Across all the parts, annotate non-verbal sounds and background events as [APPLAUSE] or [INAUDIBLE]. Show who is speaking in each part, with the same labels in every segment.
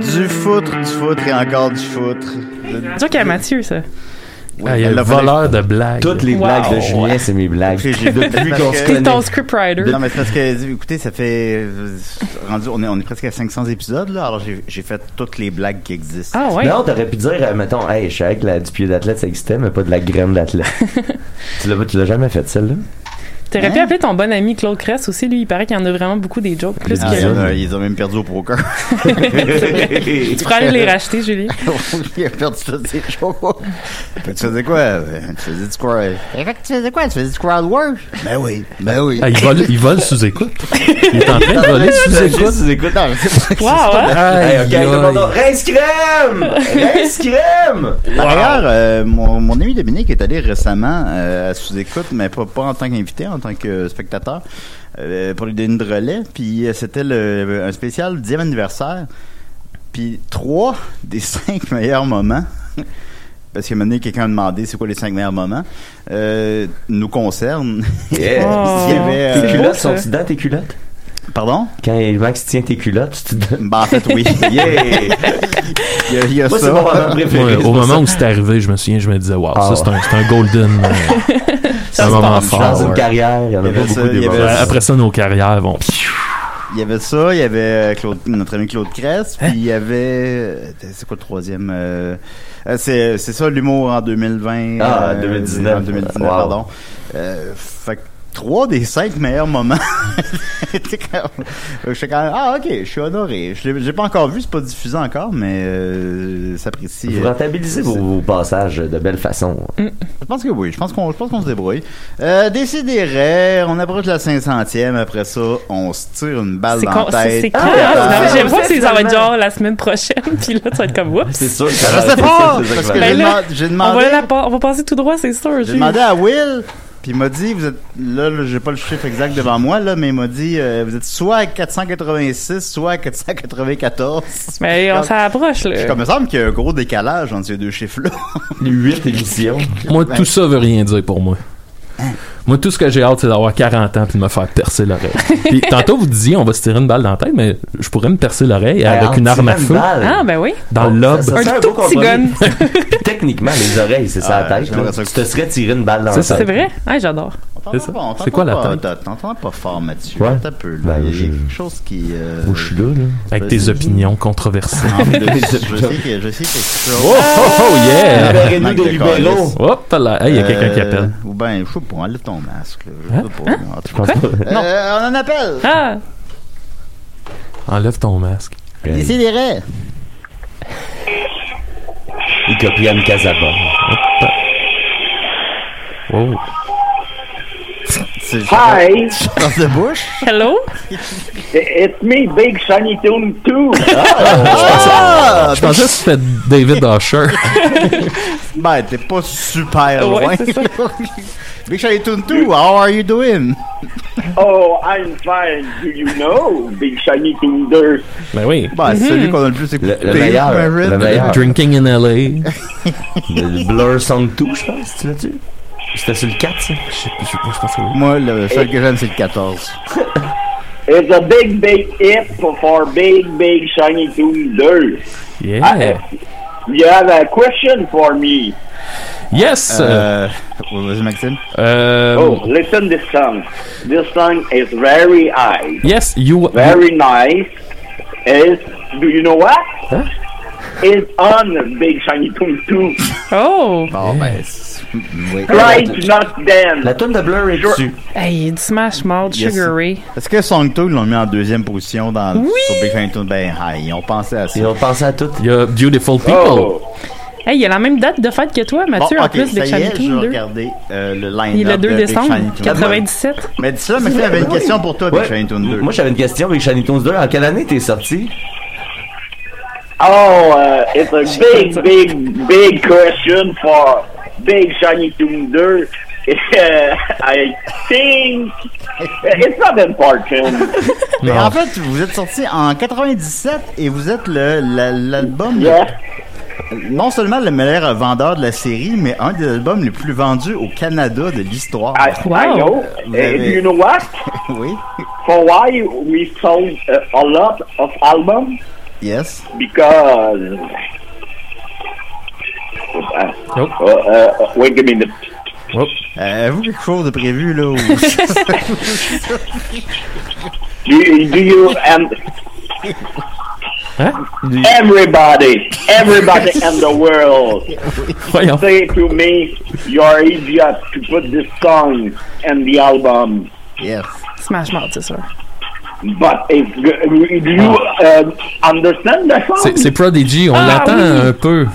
Speaker 1: Du foutre, du foutre et encore du foutre. De-
Speaker 2: Dur qu'à Mathieu, ça.
Speaker 3: Ah, il y a
Speaker 1: elle
Speaker 3: le
Speaker 1: l'a
Speaker 3: voleur de blagues.
Speaker 4: Toutes les
Speaker 2: Wow.
Speaker 4: blagues de Julien, c'est mes blagues.
Speaker 1: J'ai- j'ai-
Speaker 4: Depuis
Speaker 1: parce
Speaker 4: qu'on
Speaker 1: que-
Speaker 4: se
Speaker 2: C'est
Speaker 4: connaît.
Speaker 2: ton scriptwriter.
Speaker 1: Non, mais c'est parce que, écoutez, ça fait. euh, rendu, on, est, on est presque à 500 épisodes, là. Alors, j'ai j'ai fait toutes les blagues qui existent.
Speaker 2: Ah ouais.
Speaker 4: Non, t'aurais pu dire, euh, mettons, hey, je savais que la, du pied d'athlète, ça existait, mais pas de la
Speaker 2: [LAUGHS]
Speaker 4: graine d'athlète. tu l'as tu l'as jamais fait, celle-là?
Speaker 2: T'aurais pu
Speaker 1: Hein?
Speaker 2: appeler ton bon ami Claude Cress aussi. Lui, il paraît qu'il y en a vraiment beaucoup des jokes. Plus
Speaker 1: Ah,
Speaker 2: que...
Speaker 1: ils, ont, euh, ils ont même perdu au poker.
Speaker 2: [LAUGHS] Tu pourrais aller les racheter, Julie.
Speaker 1: [LAUGHS] Il a perdu toutes ses choses. Fait que tu faisais quoi? Euh, Tu faisais du crowd. Fait que tu faisais quoi? Tu faisais du crowd work? Ben oui. Ben oui.
Speaker 3: Ah, il vole, il vole sous écoute. Il est en train de voler [LAUGHS] sous
Speaker 1: Tu
Speaker 3: écoute.
Speaker 1: sous écoute. Non, je sais
Speaker 2: Wow,
Speaker 1: pas.
Speaker 2: hein?
Speaker 4: Hey, ok,
Speaker 3: Aïe, aïe.
Speaker 4: tout le monde, on-
Speaker 2: [LAUGHS]
Speaker 4: Rince crème! Rince crème!
Speaker 1: Par ailleurs, euh, mon, mon ami Dominique est allé récemment euh, à sous-écoute, mais pas, pas en tant qu'invité, en tant que euh, spectateur, euh, pour lui donner une relais. Puis euh, c'était le- un spécial 10e anniversaire. Puis trois des [LAUGHS] cinq meilleurs moments, parce que maintenant quelqu'un a demandé c'est quoi les cinq meilleurs moments, euh, nous concernent.
Speaker 4: Yeah.
Speaker 2: Oh.
Speaker 1: [LAUGHS] Il y avait, euh,
Speaker 2: C'est
Speaker 4: Tes
Speaker 2: beau,
Speaker 4: culottes
Speaker 2: ça.
Speaker 4: sont-tu dedans, tes culottes?
Speaker 1: Pardon?
Speaker 4: Quand il- Max tient tes culottes, tu te donnes.
Speaker 1: Ben, en fait, oui. [LAUGHS]
Speaker 4: Yeah!
Speaker 1: Il y a, il y a
Speaker 4: Moi, c'est
Speaker 1: ça.
Speaker 4: mon moment préféré.
Speaker 3: Moi,
Speaker 4: c'est
Speaker 3: au
Speaker 4: pour
Speaker 3: moment
Speaker 4: ça.
Speaker 3: où c'est arrivé, je me souviens, je me disais, wow,
Speaker 4: Ah
Speaker 3: ça c'est un, c'est un golden. euh, c'est un
Speaker 1: se
Speaker 3: moment
Speaker 1: passe,
Speaker 3: fort.
Speaker 4: Dans une
Speaker 3: ouais.
Speaker 4: carrière, il y en
Speaker 1: Il y
Speaker 4: a pas
Speaker 1: avait ça,
Speaker 4: beaucoup
Speaker 1: il y
Speaker 4: des
Speaker 1: avait
Speaker 4: moments.
Speaker 3: Ouais, Après ça, nos carrières vont.
Speaker 1: Il y avait ça, il y avait euh, Claude- notre ami Claude Cress, puis
Speaker 4: Hein?
Speaker 1: il y avait. euh, C'est quoi le troisième euh, euh, C'est c'est ça, l'humour en 2020.
Speaker 4: Ah,
Speaker 1: euh,
Speaker 4: 2019.
Speaker 1: En 2019,
Speaker 4: Wow.
Speaker 1: pardon. Euh, fait que trois des cinq meilleurs moments. [LAUGHS] J'étais quand je suis quand même. Ah, ok, je suis honoré. Je l'ai je l'ai pas encore vu, c'est pas diffusé encore, mais euh, s'apprécie.
Speaker 4: Vous rentabilisez vos, vos passages de belle façon.
Speaker 2: Mm.
Speaker 1: Je pense que oui, je pense qu'on je pense qu'on se débrouille. Euh, Décidérez, on approche la 500e, après ça, on se tire une balle
Speaker 2: C'est
Speaker 1: dans
Speaker 2: con,
Speaker 1: la
Speaker 2: c'est
Speaker 1: tête.
Speaker 2: c'est con.
Speaker 4: Ah,
Speaker 2: hein?
Speaker 4: ah,
Speaker 2: Non, J'aime
Speaker 4: ah,
Speaker 2: pas que ça va être
Speaker 4: finalement.
Speaker 2: genre la semaine prochaine, [LAUGHS] puis là, tu vas être comme oups.
Speaker 4: C'est sûr que
Speaker 1: Je
Speaker 4: ça
Speaker 1: sais pas, parce que
Speaker 2: Ben
Speaker 1: j'ai
Speaker 2: là,
Speaker 1: demandé- j'ai
Speaker 2: On
Speaker 1: demandé,
Speaker 2: va, la pa- on va passer tout droit, c'est sûr.
Speaker 1: j'ai
Speaker 2: Julie.
Speaker 1: demandé à Will, puis il m'a dit, vous êtes, là, là, j'ai pas le chiffre exact devant moi, là, mais il m'a dit, euh, vous êtes soit à 486, soit à 494.
Speaker 2: Mais on s'approche,
Speaker 1: Je suis
Speaker 2: là.
Speaker 1: comme, il me semble qu'il y a un gros décalage entre ces deux chiffres-là.
Speaker 4: les 8 émissions.
Speaker 3: Moi, tout ça veut rien dire pour moi. Moi, tout ce que j'ai hâte, c'est d'avoir 40 ans puis de me faire percer [LAUGHS] l'oreille. Puis tantôt, vous disiez, on va se tirer une balle dans la tête, mais je pourrais me percer l'oreille avec une Oh, arme à feu
Speaker 2: Ah, ben oui.
Speaker 3: dans le lobe.
Speaker 2: Un tout petit gun.
Speaker 4: Puis techniquement, les oreilles, c'est ça
Speaker 1: Ah,
Speaker 4: la tête.
Speaker 1: j'aimerais
Speaker 4: là.
Speaker 1: ça
Speaker 4: Tu
Speaker 1: que-
Speaker 4: te serais tiré une balle dans
Speaker 3: C'est
Speaker 4: la
Speaker 3: ça.
Speaker 2: C'est
Speaker 4: tête.
Speaker 2: vrai? Ah, j'adore.
Speaker 1: On t'entend
Speaker 3: C'est ça.
Speaker 1: pas, on
Speaker 3: C'est quoi la
Speaker 1: t'entend
Speaker 3: tête?
Speaker 1: pas, t'entends- T'entends pas fort, Mathieu.
Speaker 4: Ouais.
Speaker 1: T'as peu, là.
Speaker 4: Ben,
Speaker 1: Il y a
Speaker 4: je-
Speaker 1: quelque chose qui, euh, [LAUGHS]
Speaker 4: Où je suis là, là.
Speaker 3: Avec tes opinions controversées.
Speaker 1: Ah,
Speaker 3: [LAUGHS]
Speaker 1: mais je sais que- je sais qu'il y a quelque chose.
Speaker 3: Oh, oh, oh, yeah!
Speaker 4: Libérez-nous des libéraux.
Speaker 3: Hop là, Hey, il y a quelqu'un qui
Speaker 1: Euh,
Speaker 3: appelle.
Speaker 1: Ou ben, je sais pas, enlève ton masque, là. Je
Speaker 3: Hein?
Speaker 1: sais pas. En tout
Speaker 4: Je
Speaker 1: cas.
Speaker 4: pense pas.
Speaker 1: Euh, on en appelle!
Speaker 2: Ah!
Speaker 3: Enlève ton masque.
Speaker 1: Ici, les raies!
Speaker 4: Il copie Anne Casaba.
Speaker 3: Wow.
Speaker 1: C'est le Hi! de bouche?
Speaker 2: Hello?
Speaker 5: It's me, Big Sunny Tune 2.
Speaker 1: Ah!
Speaker 3: Je pensais que c'était David Usher.
Speaker 1: Ben, t'es pas super
Speaker 2: Ouais,
Speaker 1: loin.
Speaker 2: c'est ça.
Speaker 1: [LAUGHS] Big Shiny Toon Too, how are you doing?
Speaker 5: Oh, I'm fine. Do you know Big Sunny Tune 2?
Speaker 3: ben oui.
Speaker 1: Ben,
Speaker 2: Mm-hmm.
Speaker 1: c'est celui qu'on a le plus écouté.
Speaker 4: Le- le meilleur,
Speaker 1: Merritt.
Speaker 4: le meilleur.
Speaker 3: Drinking in LA.
Speaker 4: Le Blur Song 2, je pense, tu l'as-tu? C'était sur le 4, ça?
Speaker 3: Je sais pas, je pense que oui.
Speaker 1: Euh, Moi, le seul que j'aime, c'est le 14.
Speaker 5: It's a big, big hit for Big, Big Sunny Tune 2.
Speaker 3: Yeah.
Speaker 5: You have a question for me.
Speaker 3: Yes!
Speaker 1: Euh, vas-y, Maxime.
Speaker 3: euh,
Speaker 5: Oh, listen this song. This song is very high,
Speaker 3: Yes, you.
Speaker 5: very nice. Is do you know what?
Speaker 3: Huh?
Speaker 5: It's on Big Shiny Toon 2.
Speaker 2: Oh!
Speaker 1: Bon, ben. c'est- Oui.
Speaker 5: Try to not dance.
Speaker 4: La toune de Blur est
Speaker 5: Sure.
Speaker 4: dessus.
Speaker 2: Hey, il y a du Smash Mouth,
Speaker 1: Yes.
Speaker 2: Sugar Ray.
Speaker 1: Est-ce que Song 2 l'ont mis en deuxième position dans,
Speaker 2: Oui!
Speaker 1: sur Big Fang Toon? Ben, hi, on pensait à ça.
Speaker 4: Ils ont pensé à tout.
Speaker 3: Il y a Beautiful People.
Speaker 5: Oh,
Speaker 2: Hey, il a la même date de fête que toi, Mathieu,
Speaker 1: Bon,
Speaker 2: en plus,
Speaker 1: ça
Speaker 2: Big
Speaker 1: y
Speaker 2: Shiny
Speaker 1: est, je
Speaker 2: Toon
Speaker 1: vais
Speaker 2: 2.
Speaker 1: regarder euh, le line-up.
Speaker 2: Il est le 2
Speaker 1: de Big Shiny
Speaker 2: décembre
Speaker 1: Toon.
Speaker 2: 97.
Speaker 1: Mais dis ça, Maxime avait une question pour toi, Big
Speaker 4: Ouais.
Speaker 1: Shiny Toon 2.
Speaker 4: Moi, j'avais une question avec Shiny Toons 2. En quelle année t'es sorti?
Speaker 5: oh uh, it's a big, big, big question for Big Shiny Toon 2. [LAUGHS] I think it's not important.
Speaker 1: Mais
Speaker 3: Non.
Speaker 1: Ben, en fait, vous êtes sorti en 97 et vous êtes le- la- l'album le-
Speaker 5: Yeah.
Speaker 1: non seulement le meilleur vendeur de la série, mais un des albums les plus vendus au Canada de l'histoire.
Speaker 5: I,
Speaker 2: Wow.
Speaker 5: I know. Uh, do you know what?
Speaker 1: [LAUGHS] Oui.
Speaker 5: For why we sold uh, a lot of albums?
Speaker 1: Yes.
Speaker 5: Because. Uh,
Speaker 3: Nope.
Speaker 5: uh, uh, wait a minute.
Speaker 3: Oh.
Speaker 1: Euh, Avez-vous quelque chose de prévu là ou-
Speaker 5: [LAUGHS] Do you, do you and
Speaker 3: Hein?
Speaker 5: everybody, everybody in the world
Speaker 3: Voyons.
Speaker 5: say to me, you're idiot to put this song in the album.
Speaker 1: Yes.
Speaker 2: Smash Mouth, c'est sûr.
Speaker 5: But if do you uh, understand the song?
Speaker 3: [LAUGHS] C'est c'est Prodigy, on
Speaker 2: Ah,
Speaker 3: l'entend
Speaker 2: oui.
Speaker 3: un peu.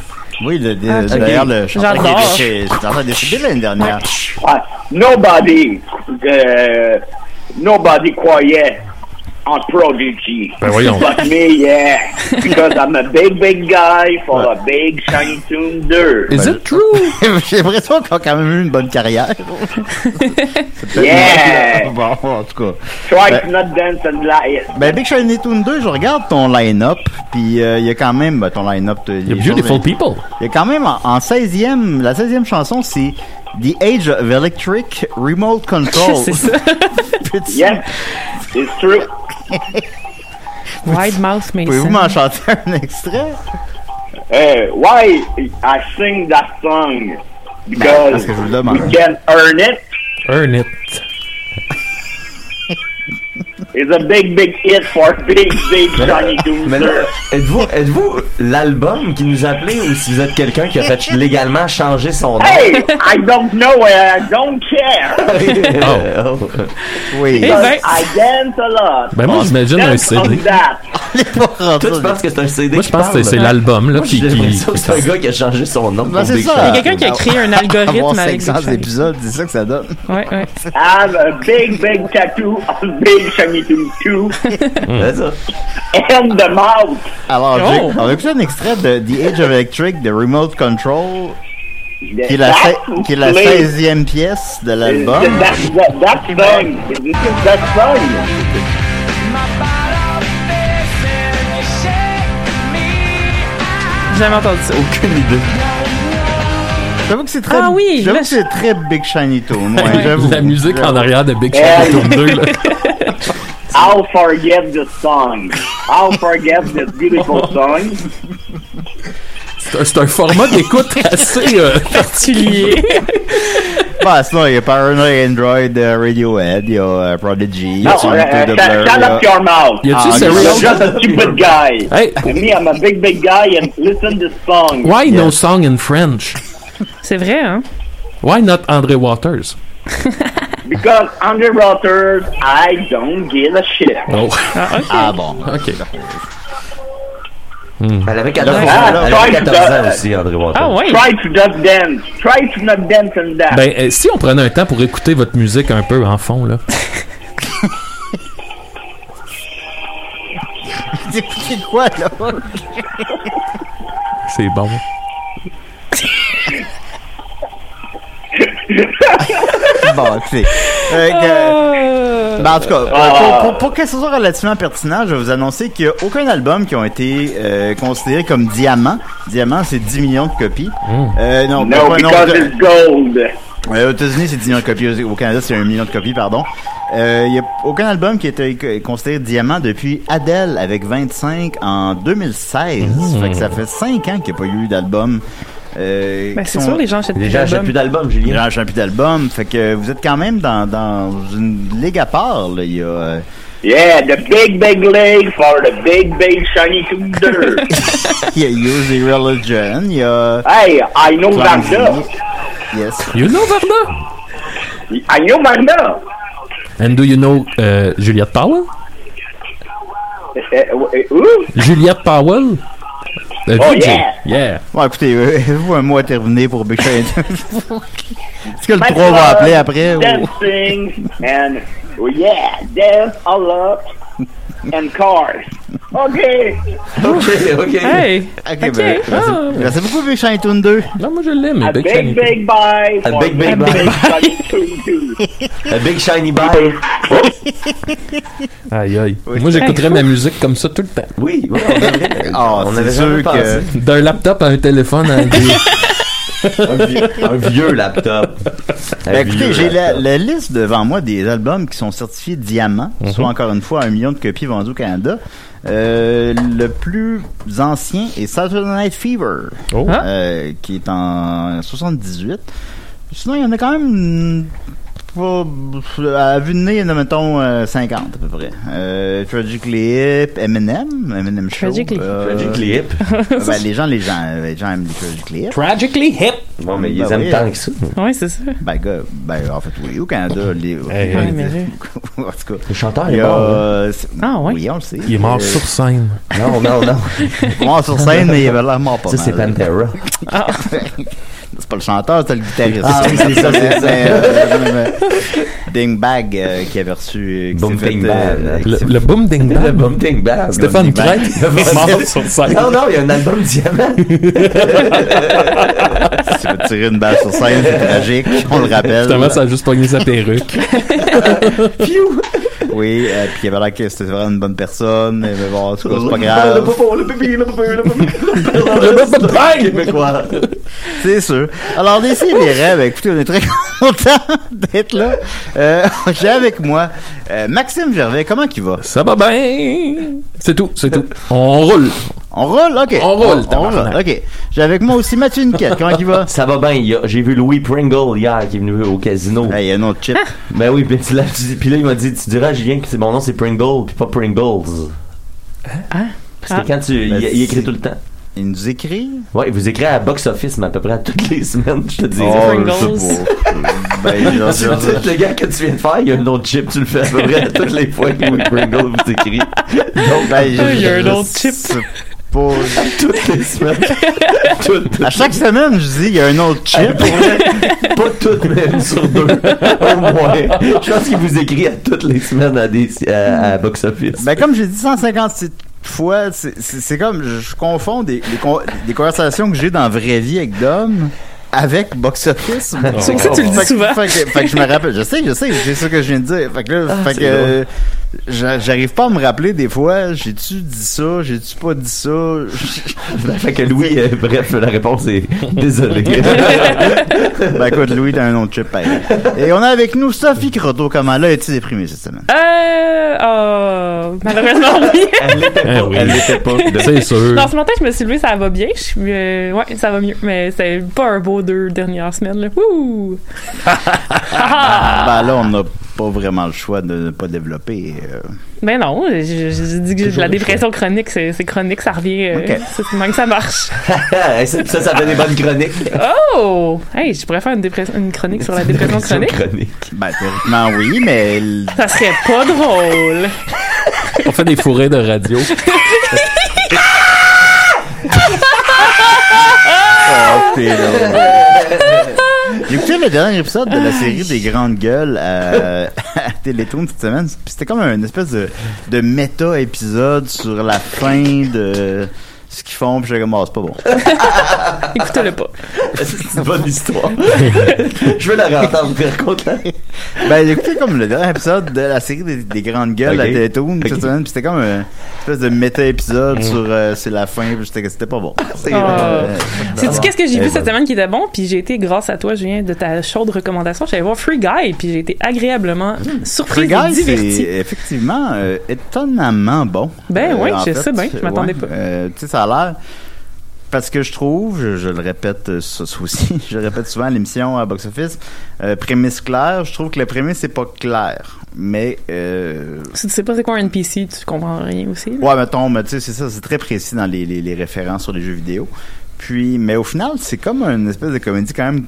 Speaker 1: Oui, le- le- d'ailleurs, le chanteur qui
Speaker 2: J'adore.
Speaker 1: est décédé- le chanteur décédé l'année dernière.
Speaker 5: Ah, nobody, euh, nobody croyait en Prodigy.
Speaker 3: Ben voyons.
Speaker 5: But me, yeah. Because I'm a big, big guy for a big Shiny Toon 2.
Speaker 3: Is it true?
Speaker 1: [LAUGHS] J'ai l'impression qu'ils ont quand même eu une bonne
Speaker 3: [LAUGHS]
Speaker 1: carrière.
Speaker 5: Yeah!
Speaker 1: [LAUGHS] Bon, en tout cas.
Speaker 5: Try to not dance and lie.
Speaker 1: Ben, Big Shiny Toon 2, je regarde ton line-up, puis euh, il y a quand même ben, ton line-up.
Speaker 3: Il y a Beautiful People.
Speaker 1: Il y a quand même en, en 16e, la 16e chanson, c'est The Age of Electric Remote
Speaker 2: [LAUGHS]
Speaker 1: Control. [LAUGHS]
Speaker 2: C'est ça.
Speaker 1: Peux-tu-
Speaker 5: Yeah, it's true.
Speaker 2: Wide Mouth Mason.
Speaker 1: Pouvez-vous m'en chanter un extrait?
Speaker 5: Uh, why I sing that song?
Speaker 1: Parce
Speaker 5: Because
Speaker 1: que je vous le
Speaker 5: we
Speaker 1: demande.
Speaker 5: can earn it.
Speaker 3: Earn it.
Speaker 5: It's a big, big hit for big, big Shiny Toon
Speaker 4: Mais là,
Speaker 1: [LAUGHS]
Speaker 5: 2.
Speaker 4: êtes-vous êtes-vous l'album qui nous appelait ou si vous êtes quelqu'un qui a fait légalement changer son nom? [LAUGHS]
Speaker 5: Hey, I don't know and I don't care.
Speaker 4: Oh.
Speaker 1: Oui. [LAUGHS]
Speaker 2: Eh ben,
Speaker 5: I dance a lot.
Speaker 3: Ben moi, j'imagine un
Speaker 5: Dance
Speaker 3: CD.
Speaker 5: on that.
Speaker 4: Toi, tu penses que c'est un CD
Speaker 3: Moi, je
Speaker 4: qui
Speaker 3: pense que
Speaker 4: parle?
Speaker 3: c'est l'album, là,
Speaker 4: Moi,
Speaker 3: qui...
Speaker 4: j'ai l'impression que
Speaker 3: qui-
Speaker 4: c'est un gars qui a changé son nom.
Speaker 1: Ben,
Speaker 4: pour
Speaker 1: c'est
Speaker 4: Big
Speaker 1: ça.
Speaker 4: Shiny.
Speaker 2: il y a quelqu'un qui a créé
Speaker 1: [LAUGHS]
Speaker 2: un
Speaker 1: Avoir
Speaker 2: algorithme avec
Speaker 1: 500
Speaker 2: Big Shiny.
Speaker 1: épisodes, c'est ça que ça donne.
Speaker 2: Ouais, ouais.
Speaker 5: I have a big, big tattoo of Big Shiny Toon 2
Speaker 3: Mm.
Speaker 4: C'est ça.
Speaker 5: and the mouth.
Speaker 1: Alors, j'ai-
Speaker 2: Oh.
Speaker 1: on a écouté un extrait de The Age of Electric de Remote Control, qui est la,
Speaker 5: That
Speaker 1: se- qui est la
Speaker 5: play-
Speaker 1: 16e pièce de l'album.
Speaker 5: That, that, that song. This is that song.
Speaker 2: J'ai Jamais entendu ça.
Speaker 4: Aucune idée.
Speaker 1: J'avoue que c'est très,
Speaker 2: Ah oui,
Speaker 1: j'avoue
Speaker 2: là,
Speaker 1: que c'est très Big Shiny Toon. ouais, j'avoue.
Speaker 3: La musique en arrière de Big
Speaker 5: Yeah.
Speaker 3: Shiny Toon 2, là.
Speaker 5: I'll forget this song. I'll forget this
Speaker 3: [LAUGHS]
Speaker 5: beautiful song.
Speaker 3: C'est un- C'est un format d'écoute assez... euh,
Speaker 2: Particulier.
Speaker 1: Bah, sinon, il y a Paranoid Android, euh, Radiohead, il y a euh, Prodigy, il y a
Speaker 5: No,
Speaker 1: Sonic
Speaker 5: uh,
Speaker 1: the
Speaker 5: shut, shut
Speaker 1: Blur,
Speaker 5: up your mouth.
Speaker 3: Y a-tu
Speaker 1: Ah,
Speaker 3: Serial?
Speaker 5: You're just a stupid guy.
Speaker 3: Hey,
Speaker 5: And me, I'm a big, big guy, and listen this song.
Speaker 3: why no
Speaker 1: Yeah.
Speaker 3: song in French?
Speaker 2: C'est vrai, hein?
Speaker 3: Why not André Waters?
Speaker 5: Because under Waters, I don't give a shit.
Speaker 3: Oh,
Speaker 2: Ah, ok.
Speaker 1: Ah bon. [LAUGHS]
Speaker 3: ok.
Speaker 4: Ben, Elle avait 14 ans.
Speaker 1: Donc, voilà.
Speaker 4: Elle
Speaker 5: Try
Speaker 4: avait
Speaker 5: to
Speaker 4: 14 ans
Speaker 5: not-
Speaker 4: aussi, André Walton.
Speaker 2: Ah, ouais.
Speaker 5: Try to not dance. Try to not dance and that.
Speaker 3: Ben, euh, si on prenait un temps pour écouter votre musique un peu en fond, là.
Speaker 1: T'écoutes quoi, là?
Speaker 3: [LAUGHS] C'est bon.
Speaker 1: bon, c'est. Euh, que-
Speaker 2: Euh,
Speaker 1: Ben, en tout cas,
Speaker 5: Ah.
Speaker 1: pour, pour, pour que ce soit relativement pertinent, je vais vous annoncer qu'il n'y a aucun album qui ont été euh, considérés comme diamant. Diamant, c'est 10 millions de copies. Euh, non,
Speaker 5: no,
Speaker 1: pas- non,
Speaker 5: because
Speaker 1: de-
Speaker 5: it's gold.
Speaker 1: Euh, aux États-Unis, c'est 10 millions de copies. Au au Canada, c'est 1 million de copies, pardon. Euh, Il n'y a aucun album qui a été co- considéré diamant depuis Adele
Speaker 2: Mmh.
Speaker 1: avec 25 en 2016. Fait que ça fait 5 ans qu'il n'y a pas eu d'album. euh,
Speaker 2: Ben,
Speaker 1: qui
Speaker 2: c'est
Speaker 1: sont-
Speaker 2: sûr, les gens achètent
Speaker 4: Les
Speaker 2: plus
Speaker 4: gens achètent plus
Speaker 2: d'albums.
Speaker 4: d'albums,
Speaker 1: les gens
Speaker 4: Julien.
Speaker 1: achètent plus d'albums. Fait que vous êtes quand même dans, dans une ligue à part. Là. Il y a, euh,
Speaker 5: Yeah, the big, big leg for the big, big shiny Tudor.
Speaker 1: il y a Use the Religion, il y a...
Speaker 5: hey, I know
Speaker 1: Clan
Speaker 5: Varda.
Speaker 1: Zini. Yes.
Speaker 3: You know Varda?
Speaker 5: I know Varda.
Speaker 3: And do you know euh, Juliette Powell?
Speaker 5: Eh, eh, eh, Ooh,
Speaker 3: Juliette Powell? Euh,
Speaker 5: Oh,
Speaker 3: VJ.
Speaker 5: yeah.
Speaker 3: Yeah.
Speaker 1: Bon, écoutez, euh, vous, un mot à terminer pour Big Shiny. [LAUGHS] Est-ce que le
Speaker 5: my
Speaker 1: 3 va
Speaker 5: club,
Speaker 1: appeler après? ou-
Speaker 5: Ben, Dancing and, oh, yeah, dance a lot and cars. Okay.
Speaker 4: Ok, ok.
Speaker 2: Ah, Hey!
Speaker 1: Ok,
Speaker 2: Ok.
Speaker 1: ben, merci,
Speaker 2: Ah.
Speaker 1: merci beaucoup, Big Shiny Toon 2.
Speaker 3: Non, moi je l'aime, mais
Speaker 5: A
Speaker 3: Big
Speaker 5: Ah, big,
Speaker 3: Shiny.
Speaker 5: big bye.
Speaker 4: A
Speaker 5: for
Speaker 4: big, big
Speaker 5: the
Speaker 4: bye.
Speaker 5: shiny Tudor.
Speaker 4: A big shiny bye.
Speaker 3: Aïe, aïe. Moi
Speaker 5: [LAUGHS]
Speaker 3: j'écouterais ma musique comme ça tout le temps.
Speaker 4: Oui, oui, on avait,
Speaker 1: Ah,
Speaker 4: on
Speaker 1: c'est
Speaker 4: avait
Speaker 1: sûr que-
Speaker 4: jamais pensé.
Speaker 3: D'un laptop à un téléphone
Speaker 5: [LAUGHS]
Speaker 3: à un deux.
Speaker 4: Un vieux, un vieux laptop. Un
Speaker 1: Ben, écoutez,
Speaker 4: vieux euh,
Speaker 1: j'ai la,
Speaker 4: laptop.
Speaker 1: la liste devant moi des albums qui sont certifiés diamants, soit encore une fois un million de copies vendues au Canada. Euh, le plus ancien est Saturday Night Fever,
Speaker 3: Oh.
Speaker 4: Hein?
Speaker 1: euh, qui est en 78. Sinon, il y en a quand même une- pas- à vue de nez, il y en a, mettons, euh, 50 à peu près. Euh, Tragically Hip, Eminem, Eminem Show.
Speaker 2: Tragically.
Speaker 1: euh,
Speaker 4: Tragically hip.
Speaker 1: ben, les gens, les gens, les gens aiment les Tragically Hip.
Speaker 3: Tragically hip.
Speaker 4: Bon, mais ils
Speaker 1: Ben
Speaker 4: aiment
Speaker 1: oui.
Speaker 4: tant que ça.
Speaker 2: Ah. Ouais, c'est ça.
Speaker 1: Ben, gars, ben, en fait, oui, au Canada, les...
Speaker 3: Hey,
Speaker 2: hey. mais
Speaker 3: [LAUGHS]
Speaker 2: oui.
Speaker 1: en tout cas,
Speaker 4: Le chanteur
Speaker 1: il
Speaker 4: est hein.
Speaker 1: y a...
Speaker 4: mort.
Speaker 1: euh, c'est-
Speaker 2: Ah, ouais?
Speaker 1: Oui, on le sait.
Speaker 3: hein. Il est mort
Speaker 1: Euh,
Speaker 3: sur scène.
Speaker 4: Non, non,
Speaker 1: [LAUGHS]
Speaker 4: non.
Speaker 1: mort sur scène, mais il avait l'air mort pas
Speaker 4: Ça, c'est
Speaker 1: mal. hein.
Speaker 4: Pantera.
Speaker 1: C'est pas le chanteur, c'est le guitariste.
Speaker 4: Ah oui, c'est ça, c'est ça.
Speaker 1: Ding Bag euh, qui avait reçu... euh, qui
Speaker 4: Boom
Speaker 1: s'est fait,
Speaker 4: Ding
Speaker 1: euh,
Speaker 4: Bag.
Speaker 1: qui
Speaker 3: Le,
Speaker 1: s'est-
Speaker 3: le boom ding
Speaker 4: Le
Speaker 3: bang.
Speaker 4: Bumping Bass.
Speaker 3: Stéphane
Speaker 1: Boom Ding
Speaker 3: Drake
Speaker 4: Bang.
Speaker 3: est mort sur scène.
Speaker 4: Non, non, il y a un album diamant.
Speaker 1: qui s'est fait tirer une balle sur scène, c'est tragique, on le rappelle.
Speaker 3: Justement, ça a juste pogné sa perruque.
Speaker 4: Piou.
Speaker 1: Oui, euh, puis il avait l'air que c'était vraiment une bonne personne, mais bon, en tout cas, [LAUGHS]
Speaker 3: [LAUGHS]
Speaker 1: c'est pas
Speaker 4: Le
Speaker 1: grave.
Speaker 4: popo, le bébé, le bébé,
Speaker 1: [LAUGHS]
Speaker 4: le bébé.
Speaker 3: Le boom bang.
Speaker 4: Québécois.
Speaker 1: C'est sûr. Alors, d'essayer les rêves, écoutez, on est très [LAUGHS] content d'être là. Euh, J'ai avec moi euh, Maxime Gervais, comment qu'il va?
Speaker 3: Ça va bien. C'est tout, c'est tout. On roule.
Speaker 1: On roule? OK.
Speaker 3: On roule,
Speaker 1: On, roule,
Speaker 3: tabarnak.
Speaker 1: OK. J'ai avec moi aussi Mathieu Niquette, comment qu'il
Speaker 2: [LAUGHS]
Speaker 1: va?
Speaker 4: Ça va bien. il y a- J'ai vu Louis Pringle hier qui est venu au casino.
Speaker 1: Hey, il y a un autre chip.
Speaker 4: Ben oui, puis là, tu dis- puis là, il m'a dit, tu diras à Julien que c'est- mon nom c'est Pringle, puis pas Pringles. Parce
Speaker 2: Ah.
Speaker 4: que quand tu. Il,
Speaker 1: Ben,
Speaker 4: il écrit
Speaker 1: c'est-
Speaker 4: tout le temps.
Speaker 1: Il nous écrit.
Speaker 4: Ouais, il vous écrit à Box Office, mais à peu près à toutes les [LAUGHS] semaines, je te dis.
Speaker 2: Pringles.
Speaker 1: je sais pas. ben,
Speaker 2: [LAUGHS]
Speaker 1: genre,
Speaker 4: Tu-
Speaker 1: genre,
Speaker 4: tu- le gars que tu viens de faire, il y a un autre chip, tu le fais à peu près à toutes les fois que Louis Pringle vous écrit. Donc,
Speaker 1: ben, je-
Speaker 2: Il y a un
Speaker 1: je
Speaker 2: autre chip.
Speaker 1: sais pas.
Speaker 4: toutes
Speaker 1: [LAUGHS]
Speaker 4: les semaines. Toutes.
Speaker 1: À chaque semaine, je dis, il y a un autre
Speaker 2: [LAUGHS]
Speaker 1: chip.
Speaker 4: Pour vrai, pas toutes, mais une sur deux. Au moins. Je pense qu'il vous écrit à toutes les semaines à, des, à, à Box Office.
Speaker 1: Ben, comme j'ai dit 156 fois, c'est- c'est c'est comme, je, je confonds des, des, con- des conversations que j'ai dans la vraie vie avec Dom avec Box
Speaker 4: [LAUGHS]
Speaker 1: Office.
Speaker 4: Oh.
Speaker 2: C'est que ça, tu le dis
Speaker 1: Fait que-
Speaker 2: souvent.
Speaker 1: Fait que, fait que je me rappelle. Je sais, je sais, c'est ça que je viens de dire. Fait que là,
Speaker 4: Ah,
Speaker 1: fait
Speaker 4: c'est
Speaker 1: que, euh, j'a- j'arrive pas à me rappeler des fois, j'ai-tu dit ça, j'ai-tu pas dit ça. [LAUGHS]
Speaker 4: Fait que Louis, euh, bref, la réponse [LAUGHS] est désolé.
Speaker 1: ben écoute, Louis, t'as un nom de chip pareil. Et on a avec nous Sophie Croteau. Comment là es-tu déprimée cette semaine?
Speaker 2: Euh. Oh, malheureusement,
Speaker 1: [LAUGHS]
Speaker 2: oui.
Speaker 1: Eh.
Speaker 4: Elle l'était pas.
Speaker 3: Ah oui.
Speaker 4: Elle l'était pas.
Speaker 3: C'est sûr.
Speaker 2: Non, ce matin, je me suis levée, ça va bien. Je suis, euh, ouais, ça va mieux. Mais c'est pas un beau deux dernières semaines, là. Wouh!
Speaker 1: [LAUGHS]
Speaker 2: Ah,
Speaker 1: Ben là, on n'a pas vraiment le choix de ne pas développer. euh,
Speaker 2: Mais Ben non, je, je- je dis que j'ai de la dépression chronique, c'est c'est chronique, ça revient. euh,
Speaker 1: Ok.
Speaker 2: c'est c'est même que ça marche.
Speaker 4: Ah, ça, ça, ça fait des bonnes chroniques.
Speaker 2: Oh! Hey, je pourrais faire une, dépression- une chronique sur la dépression chronique.
Speaker 1: Ben théoriquement oui, mais l-
Speaker 2: Ça serait pas drôle.
Speaker 3: On fait des fourrés de radio.
Speaker 1: Ah, t'es drôle. J'ai écouté le dernier épisode de la série des grandes gueules à, [LAUGHS] à Télétoon cette semaine. puis C'était comme un espèce de, de méta-épisode sur la fin de ce qu'ils font. Puis j'étais comme, Ah, c'est pas bon.
Speaker 2: Écoutez-le pas.
Speaker 4: C'est une bonne [LAUGHS] histoire. Je veux la réentendre, faire content.
Speaker 1: Ben, j'ai écouté comme le dernier épisode de la série des, des grandes gueules
Speaker 4: Ok.
Speaker 1: à Télétoon cette
Speaker 4: Ok. Mm.
Speaker 1: semaine. Puis c'était comme un espèce de méta-épisode sur euh, c'est la fin. Puis j'étais- c'était pas bon.
Speaker 4: C'est
Speaker 2: Ah.
Speaker 1: Euh,
Speaker 2: Sais-tu qu'est-ce que j'ai
Speaker 1: Eh
Speaker 2: vu
Speaker 1: ben.
Speaker 2: cette semaine qui était bon? Puis j'ai été, grâce à toi, Julien, de ta chaude recommandation, j'allais voir Free Guy, puis j'ai été agréablement
Speaker 1: Hmm. Free
Speaker 2: surprise et
Speaker 1: Guy,
Speaker 2: divertie.
Speaker 1: c'est effectivement euh, étonnamment bon. Euh,
Speaker 2: Ben oui,
Speaker 1: en
Speaker 2: je sais bien, je m'attendais
Speaker 1: ouais,
Speaker 2: pas.
Speaker 1: euh, tu sais, ça a l'air. parce que je trouve, je, je le répète euh, ça, ça aussi, [LAUGHS] je le répète souvent à l'émission à Box Office, euh, prémisse claire, je trouve que la prémisse n'est pas claire. Mais euh,
Speaker 2: Si tu sais pas c'est quoi un NPC, tu comprends rien aussi.
Speaker 1: Ouais, mettons, mais tu sais, c'est ça, c'est très précis dans les, les, les références sur les jeux vidéo. Puis, mais au final, c'est comme une espèce de comédie quand même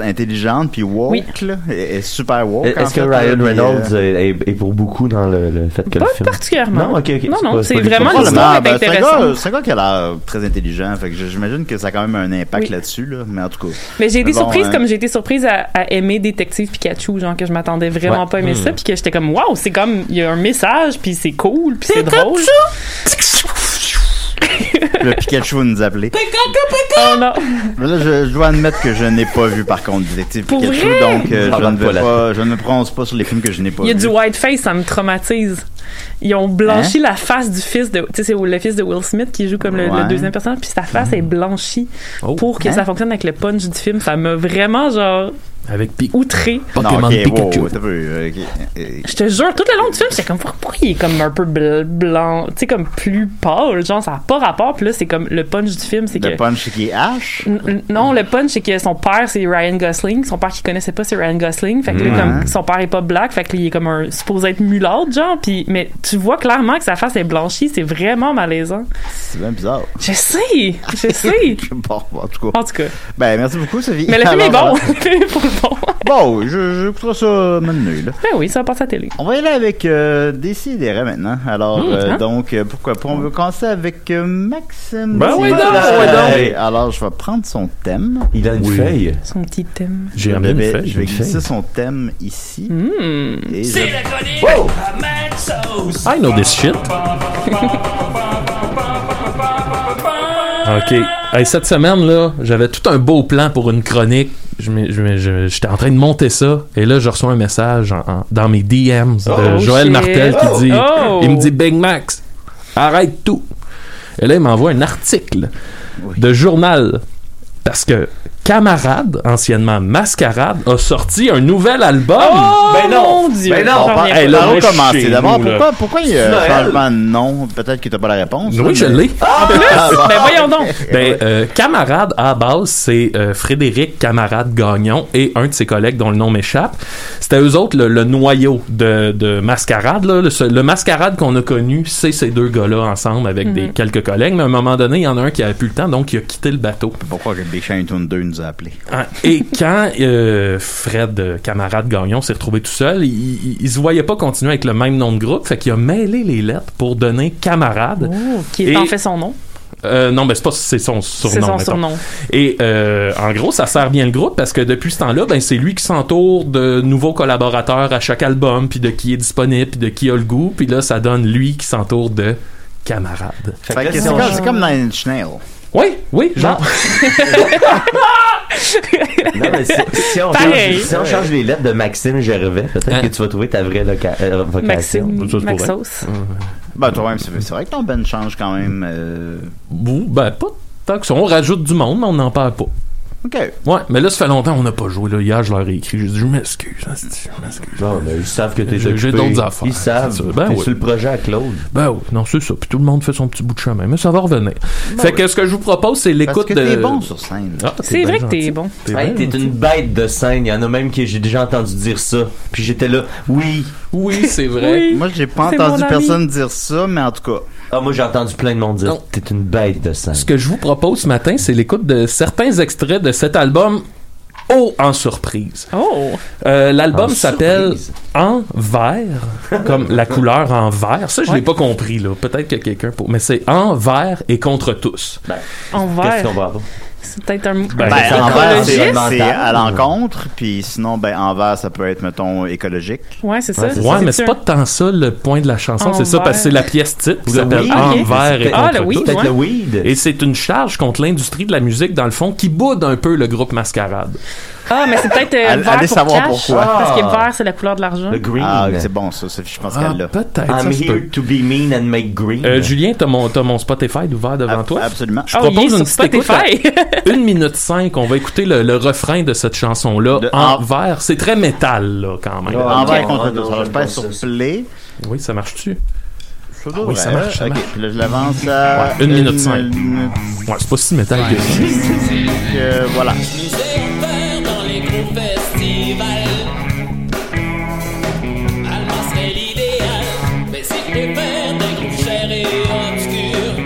Speaker 1: intelligente, puis woke,
Speaker 2: Oui.
Speaker 1: là, et, et super woke. en
Speaker 4: Est-ce que
Speaker 1: fait, là,
Speaker 4: Ryan
Speaker 1: puis, euh,
Speaker 4: Reynolds est, est- est pour beaucoup dans le, le fait que
Speaker 2: Pas
Speaker 4: le film.
Speaker 2: particulièrement.
Speaker 4: Non, ok, ok.
Speaker 2: Non, non,
Speaker 4: pas-
Speaker 2: c'est
Speaker 4: pas du
Speaker 2: vraiment
Speaker 4: tout.
Speaker 2: l'histoire.
Speaker 1: Probablement, ben,
Speaker 2: est
Speaker 1: c'est un
Speaker 2: intéressante.
Speaker 1: gars- C'est un gars qui a l'air très intelligent, fait que j- j'imagine que ça a quand même un impact
Speaker 2: Oui.
Speaker 1: là-dessus, là, mais en tout cas.
Speaker 2: Mais j'ai été
Speaker 1: Bon,
Speaker 2: surprise
Speaker 1: hein.
Speaker 2: comme j'ai été surprise à, à aimer Détective Pikachu, genre que je m'attendais vraiment
Speaker 3: Ouais.
Speaker 2: pas à
Speaker 1: Hmm.
Speaker 2: aimer ça, puis que j'étais comme waouh, c'est comme il y a un message, puis c'est cool, puis c'est drôle.
Speaker 1: Le Pikachu va nous appeler.
Speaker 2: Oh non,
Speaker 1: Mais là, je, je dois admettre que je n'ai pas vu, par contre, Détective
Speaker 2: Pour
Speaker 1: Pikachu,
Speaker 2: vrai?
Speaker 1: donc euh,
Speaker 3: Ah,
Speaker 4: Ça
Speaker 1: je,
Speaker 4: donne
Speaker 1: ne vais
Speaker 4: pas la-
Speaker 1: pas- je ne me prononce pas sur les films que je n'ai pas
Speaker 2: il y a
Speaker 1: vus.
Speaker 2: du white face, ça me traumatise. Ils ont
Speaker 1: Hein?
Speaker 2: blanchi la face du fils de, tu sais, c'est le fils de Will Smith qui joue comme le, le
Speaker 1: Ouais. Mm.
Speaker 2: deuxième personnage, puis sa face est blanchie
Speaker 3: Oh.
Speaker 2: pour que
Speaker 1: Hein?
Speaker 2: ça fonctionne avec le punch du film. Ça m'a vraiment genre
Speaker 3: Avec Pi-
Speaker 2: outré.
Speaker 3: Pokémon
Speaker 1: non, ok,
Speaker 3: Pikachu.
Speaker 1: wow, t'as vu, euh, ok, euh,
Speaker 2: Je te jure, tout le long du film, j'étais comme pourquoi il est comme un peu bl- blanc, tu sais, comme plus pâle, genre ça n'a pas rapport. Puis là, c'est comme le punch du film, c'est que
Speaker 1: Le punch qui est H.
Speaker 2: N- n- Non, le punch, c'est que son père, c'est Ryan Gosling. Son père qu'il connaissait pas, c'est Ryan Gosling. Fait que là,
Speaker 1: Ouais.
Speaker 2: comme, son père est pas black, fait qu'il est comme un, supposé être mulâtre, genre. Puis, mais tu vois clairement que sa face est blanchie. C'est vraiment malaisant.
Speaker 1: C'est bien bizarre.
Speaker 2: Je sais!
Speaker 1: [LAUGHS]
Speaker 2: Je sais!
Speaker 1: Bon, en tout cas.
Speaker 2: En tout cas.
Speaker 1: Ben, merci beaucoup, Sophie.
Speaker 3: [LAUGHS]
Speaker 2: Mais le film est bon! [LAUGHS]
Speaker 1: Alors,
Speaker 2: Le film est pour le bon.
Speaker 1: Bon, je, je crois ça maintenant, là.
Speaker 2: Ben oui, ça passe à la télé.
Speaker 1: On va y aller avec euh, Décideret maintenant. Alors,
Speaker 2: Mmh,
Speaker 1: euh,
Speaker 2: hein?
Speaker 1: donc, euh, pourquoi pas? On veut commencer avec euh, Maxime.
Speaker 3: Ben oui,
Speaker 1: Voilà.
Speaker 3: donc, ouais, donc.
Speaker 1: Hey, Alors, je vais prendre son thème.
Speaker 4: Il a une
Speaker 3: Oui.
Speaker 4: feuille.
Speaker 2: Son petit thème.
Speaker 3: J'ai
Speaker 1: Je
Speaker 3: ramené une
Speaker 1: vais-
Speaker 3: feuille. Mmh.
Speaker 1: je vais
Speaker 3: une
Speaker 1: glisser
Speaker 3: feuille.
Speaker 1: son thème ici.
Speaker 2: Hmm.
Speaker 1: Et je-
Speaker 3: I know this shit. OK. Hey, cette semaine, là, j'avais tout un beau plan pour une chronique. Je m'ai- je m'ai- je- J'étais en train de monter ça. Et là, je reçois un message en- en- dans mes DMs de
Speaker 2: Oh,
Speaker 3: Joël
Speaker 2: shit.
Speaker 3: Martel qui dit...
Speaker 2: Oh!
Speaker 3: Il me dit, Big Max, arrête tout. Et là, il m'envoie un article
Speaker 1: Oui.
Speaker 3: de journal. Parce que Camarade, anciennement Mascarade, a sorti un nouvel album.
Speaker 2: Oh
Speaker 4: Ben non!
Speaker 2: mon dieu!
Speaker 4: Ben non!
Speaker 2: J'en
Speaker 1: On parle-
Speaker 2: reviens
Speaker 3: Hey,
Speaker 2: pas.
Speaker 3: là,
Speaker 1: Alors,
Speaker 3: moi, je suis
Speaker 1: commencer
Speaker 3: chez
Speaker 1: d'abord.
Speaker 3: nous, là.
Speaker 1: Pourquoi, pourquoi il y a un
Speaker 4: Noël.
Speaker 1: changement de nom? Peut-être que t'as pas la réponse. là,
Speaker 3: oui, je
Speaker 1: mais-
Speaker 3: l'ai. Ah,
Speaker 2: Ben voyons donc!
Speaker 3: [LAUGHS] Ben, euh, camarade à la base, c'est euh, Frédéric Camarade Gagnon et un de ses collègues dont le nom m'échappe. C'était eux autres le, le noyau de, de Mascarade. là. Le, seul- le Mascarade qu'on a connu, c'est ces deux gars-là ensemble avec des quelques collègues. Mais à un moment donné, il y en a un qui avait plus le temps, donc il a quitté le bateau.
Speaker 1: Pourquoi que Big Shine Tune 2 nous a appelés?
Speaker 3: Hein, Et quand euh, Fred, euh, camarade Gagnon, s'est retrouvé tout seul, il, il, il se voyait pas continuer avec le même nom de groupe, fait qu'il a mêlé les lettres pour donner camarade.
Speaker 2: Oh, qui
Speaker 3: Et-
Speaker 2: en fait son nom.
Speaker 3: Euh, non, mais c'est pas c'est son surnom.
Speaker 2: C'est son
Speaker 3: mettons.
Speaker 2: surnom.
Speaker 3: Et euh, en gros, ça sert bien le groupe parce que depuis ce temps-là, ben, c'est lui qui s'entoure de nouveaux collaborateurs à chaque album, puis de qui est disponible, puis de qui a le goût, puis là, ça donne lui qui s'entoure de camarades.
Speaker 1: Fait
Speaker 4: que
Speaker 1: que
Speaker 4: si
Speaker 1: c'est
Speaker 4: on
Speaker 1: comme-
Speaker 4: change-
Speaker 1: c'est comme Nine Inch Nails.
Speaker 3: Oui, oui, genre.
Speaker 4: [LAUGHS] Non, mais si, si on
Speaker 2: Pareil.
Speaker 4: change, si on change les lettres de Maxime Gervais, peut-être
Speaker 3: Hein.
Speaker 4: que tu vas trouver ta vraie loca- euh, vocation.
Speaker 2: Maxime.
Speaker 3: Ça, c'est pour elle.
Speaker 2: Maxos.
Speaker 1: Ben, toi-même, c'est c'est vrai que ton Ben change quand même. euh,
Speaker 3: Ouh, ben, pas tant que ça. On rajoute du monde, mais on n'en parle pas.
Speaker 1: Ok.
Speaker 3: Ouais, mais là, ça fait longtemps qu'on n'a pas joué. Là. Hier, je leur ai écrit. J'ai dit, je m'excuse. hein, c'est- Je m'excuse.
Speaker 4: Non, mais ben, ils savent que t'es
Speaker 3: J'ai-
Speaker 4: occupé.
Speaker 3: j'ai d'autres affaires.
Speaker 4: Ils
Speaker 3: C'est
Speaker 4: savent.
Speaker 3: sûr. Ben
Speaker 4: t'es
Speaker 3: oui.
Speaker 4: sur le projet à Claude.
Speaker 3: Ben oui, non, c'est ça. Puis tout le monde fait son petit bout de chemin, mais ça va revenir. fait que ce que je vous propose, c'est
Speaker 1: Parce
Speaker 3: l'écoute
Speaker 1: que
Speaker 3: de.
Speaker 1: t'es bon sur scène. là.
Speaker 3: Ah,
Speaker 2: Ben
Speaker 3: t'es
Speaker 2: C'est
Speaker 3: bien
Speaker 2: vrai que
Speaker 3: gentil.
Speaker 2: t'es bon.
Speaker 3: T'es
Speaker 4: Hey,
Speaker 3: bien
Speaker 4: t'es une bête de scène. Il y en a même qui j'ai déjà entendu dire ça. Puis j'étais là, oui.
Speaker 3: Oui, c'est vrai.
Speaker 2: Oui.
Speaker 1: Moi, j'ai pas
Speaker 2: C'est
Speaker 1: entendu
Speaker 2: mon ami.
Speaker 1: personne dire ça, mais en tout cas.
Speaker 4: Ah, moi j'ai entendu plein de monde dire,
Speaker 3: Non.
Speaker 4: t'es une bête de scène.
Speaker 3: Ce que je vous propose ce matin, c'est l'écoute de certains extraits de cet album. Oh, en surprise.
Speaker 2: Oh!
Speaker 3: Euh, L'album
Speaker 4: En
Speaker 3: s'appelle
Speaker 4: surprise.
Speaker 3: En vert, comme la couleur en vert. Ça, je l'ai pas compris, là. Peut-être que quelqu'un pour. Mais c'est En vert et contre tous.
Speaker 2: Ben, En
Speaker 4: Qu'est-ce
Speaker 2: vert.
Speaker 4: qu'on va avoir?
Speaker 2: C'est peut-être un.
Speaker 3: Ben,
Speaker 1: Ben,
Speaker 4: c'est
Speaker 1: en vert,
Speaker 4: écologiste.
Speaker 1: c'est c'est à
Speaker 4: Environnemental.
Speaker 1: l'encontre, puis sinon, ben, en vert, ça peut être, mettons, écologique.
Speaker 2: Ouais, c'est ça.
Speaker 4: Ouais, c'est
Speaker 3: Ouais, mais c'est
Speaker 2: un-
Speaker 3: pas tant ça le point de la chanson.
Speaker 2: En
Speaker 3: C'est ça,
Speaker 2: vert.
Speaker 3: parce que c'est la pièce titre qui
Speaker 4: Le
Speaker 3: s'appelle
Speaker 4: weed.
Speaker 3: En
Speaker 2: Ok.
Speaker 3: vert et
Speaker 4: Ah,
Speaker 3: contre
Speaker 2: le weed.
Speaker 3: tous.
Speaker 4: Peut-être
Speaker 2: ouais.
Speaker 4: le weed.
Speaker 3: Et c'est une charge contre l'industrie de la musique, dans le fond, qui boude un peu le groupe Mascarade.
Speaker 2: Ah, mais c'est peut-être euh,
Speaker 1: Allez-
Speaker 2: vert
Speaker 1: allez
Speaker 2: pour
Speaker 1: savoir
Speaker 2: cash,
Speaker 1: pourquoi.
Speaker 2: Parce que
Speaker 4: Ah.
Speaker 2: vert, c'est la couleur de l'argent.
Speaker 4: Le green.
Speaker 1: Ah, c'est bon, ça, Sophie, je pense
Speaker 3: Mmh. Ben. Ah,
Speaker 1: qu'elle l'a.
Speaker 3: peut-être. ça
Speaker 4: I'm
Speaker 3: se peut.
Speaker 4: here to be mean and make green.
Speaker 3: Euh, Julien, t'as mon, t'as mon Spotify d'ouvert devant
Speaker 1: Ab-
Speaker 3: toi?
Speaker 1: Absolument.
Speaker 3: Je propose
Speaker 2: Ah, il est
Speaker 3: une
Speaker 2: sur
Speaker 3: petite écoute à
Speaker 2: Spotify.
Speaker 3: [LAUGHS] 1 minute 5. On va écouter le, le refrain de cette chanson-là
Speaker 1: De-
Speaker 3: en
Speaker 1: en-
Speaker 3: vert. C'est très métal, là, quand même.
Speaker 1: En
Speaker 4: Ah,
Speaker 1: vert
Speaker 4: non,
Speaker 1: contre
Speaker 4: non,
Speaker 1: tous. Alors,
Speaker 4: j'aime
Speaker 1: je
Speaker 4: pas
Speaker 1: passe
Speaker 4: ça.
Speaker 1: sur play.
Speaker 3: Oui, ça marche-tu?
Speaker 1: Ça doit
Speaker 3: Ah oui, ça
Speaker 1: vrai.
Speaker 3: marche, ça
Speaker 1: Ok,
Speaker 3: marche.
Speaker 1: puis là, je l'avance à.
Speaker 3: Ouais, une minute cinq.
Speaker 1: une minute
Speaker 3: Ouais, c'est pas si métal que ça.
Speaker 1: cinq, euh, voilà.
Speaker 6: Musée offert dans les gros festivals. Allemand serait l'idéal, mais s'il préfère des groupes chers et obscurs.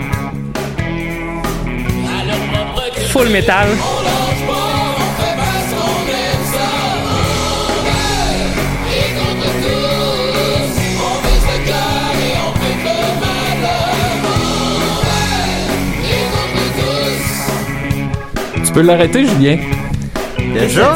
Speaker 6: À leur propre cul,
Speaker 2: [LAUGHS] Full métal.
Speaker 6: on lâche pas, on fait parce qu'on aime ça. On rêve, et contre tous, on vise le cœur et on fait que le malheur. On rêve, et contre tous,
Speaker 3: Tu peux l'arrêter, Julien?
Speaker 1: Déjà?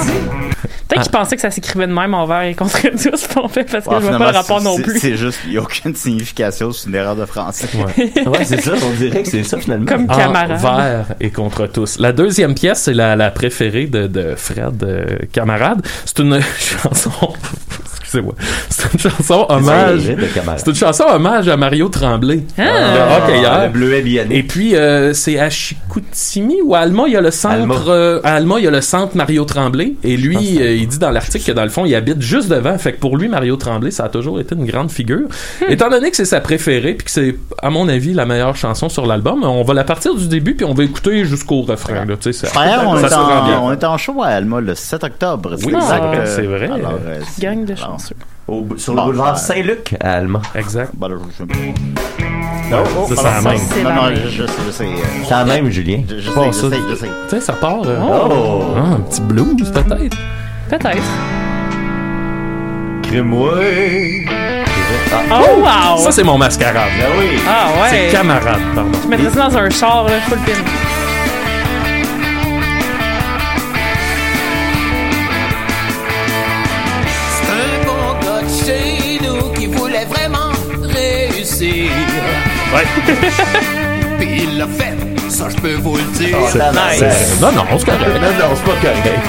Speaker 2: Peut-être qu'ils pensaient que ça s'écrivait de même envers et contre tous, en fait, parce que
Speaker 1: Ouais,
Speaker 2: je vois
Speaker 1: Ah, finalement,
Speaker 2: pas le rapport
Speaker 1: c'est-
Speaker 2: non
Speaker 1: c'est-
Speaker 2: plus.
Speaker 1: C'est juste, il n'y a aucune signification, c'est une erreur de français.
Speaker 3: [LAUGHS]
Speaker 4: Ouais, c'est ça, on dirait que c'est ça finalement.
Speaker 2: Comme
Speaker 3: En
Speaker 2: camarade.
Speaker 3: Ah, vert et contre tous. La deuxième pièce, c'est la, la préférée de, de Fred euh, Camarade. C'est une [LAUGHS] chanson. Excusez-moi. C'est une chanson hommage. C'est une chanson hommage à Mario Tremblay.
Speaker 2: Ah.
Speaker 3: Le hockeyeur.
Speaker 4: Le bleuet
Speaker 3: Et
Speaker 4: biané.
Speaker 3: puis euh, c'est à Chicoutimi ou à Alma, il y a le
Speaker 4: Alma.
Speaker 3: centre euh, à Alma, il y a le centre Mario Tremblay et lui euh, il dit dans l'article que dans le fond il habite juste devant fait que pour lui Mario Tremblay ça a toujours été une grande figure. Étant donné que c'est sa préférée puis que c'est à mon avis la meilleure chanson sur l'album, on va la partir du début puis on va écouter jusqu'au refrain là, tu sais ça.
Speaker 1: D'ailleurs, on,
Speaker 3: ça
Speaker 1: est
Speaker 3: se rend bien.
Speaker 1: en, on est en show à Alma le 7 octobre.
Speaker 3: Oui,
Speaker 1: exact.
Speaker 2: c'est vrai,
Speaker 1: Euh,
Speaker 3: c'est vrai.
Speaker 1: Alors, euh, c'est-
Speaker 2: Gang de
Speaker 1: alors,
Speaker 2: chanceux.
Speaker 4: Au- Sur le boulevard Saint-Luc à Allemand.
Speaker 3: Exact.
Speaker 1: bah, là, je-
Speaker 4: Non,
Speaker 3: Ça, c'est la
Speaker 1: pardon,
Speaker 3: même.
Speaker 2: C'est
Speaker 1: Non,
Speaker 2: la
Speaker 1: non,
Speaker 2: même.
Speaker 1: je je sais, je sais. euh,
Speaker 4: C'est la même, Julien.
Speaker 1: Je, je
Speaker 3: Bon,
Speaker 1: sais,
Speaker 3: ça-
Speaker 1: je sais, je sais.
Speaker 3: Tu sais ça part euh,
Speaker 4: Oh!
Speaker 3: ah, un petit blues peut-être.
Speaker 2: Peut-être.
Speaker 4: Crée-moi!
Speaker 2: Oh, wow!
Speaker 3: Ça c'est mon mascarade.
Speaker 4: Ah oui!
Speaker 2: ah
Speaker 3: C'est
Speaker 2: ouais!
Speaker 3: Camarade pardon.
Speaker 2: Je mettrais ça dans un char, là, full pin.
Speaker 6: C'est un bon gars de chez nous qui voulait vraiment réussir. Ouais. [LAUGHS] Puis il l'a fait, ça je peux vous le dire.
Speaker 1: Ah.
Speaker 4: Ça,
Speaker 3: C'est- Non non, c'est correct.
Speaker 4: Non, non, c'est pas correct.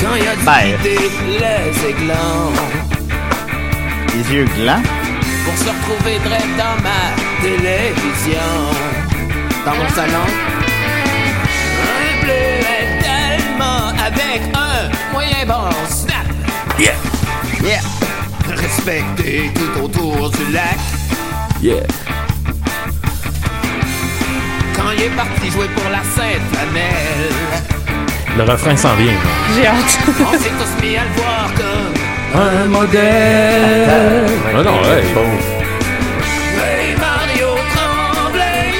Speaker 6: Quand il y a du
Speaker 1: Ben.
Speaker 6: thé, les églans
Speaker 1: Les yeux glands.
Speaker 6: pour se retrouver très dans ma télévision. Dans mon salon. Un bleu est tellement avec un moyen bon snap.
Speaker 1: Yeah.
Speaker 6: Respecté tout autour du lac.
Speaker 3: Yeah.
Speaker 6: Quand il est parti jouer pour la sainte flamelle
Speaker 3: Le refrain s'en vient. là.
Speaker 2: J'ai hâte.
Speaker 6: on s'est tous mis à le voir comme
Speaker 3: Un modèle. Ah non, ouais.
Speaker 6: Hey Mario Tremblay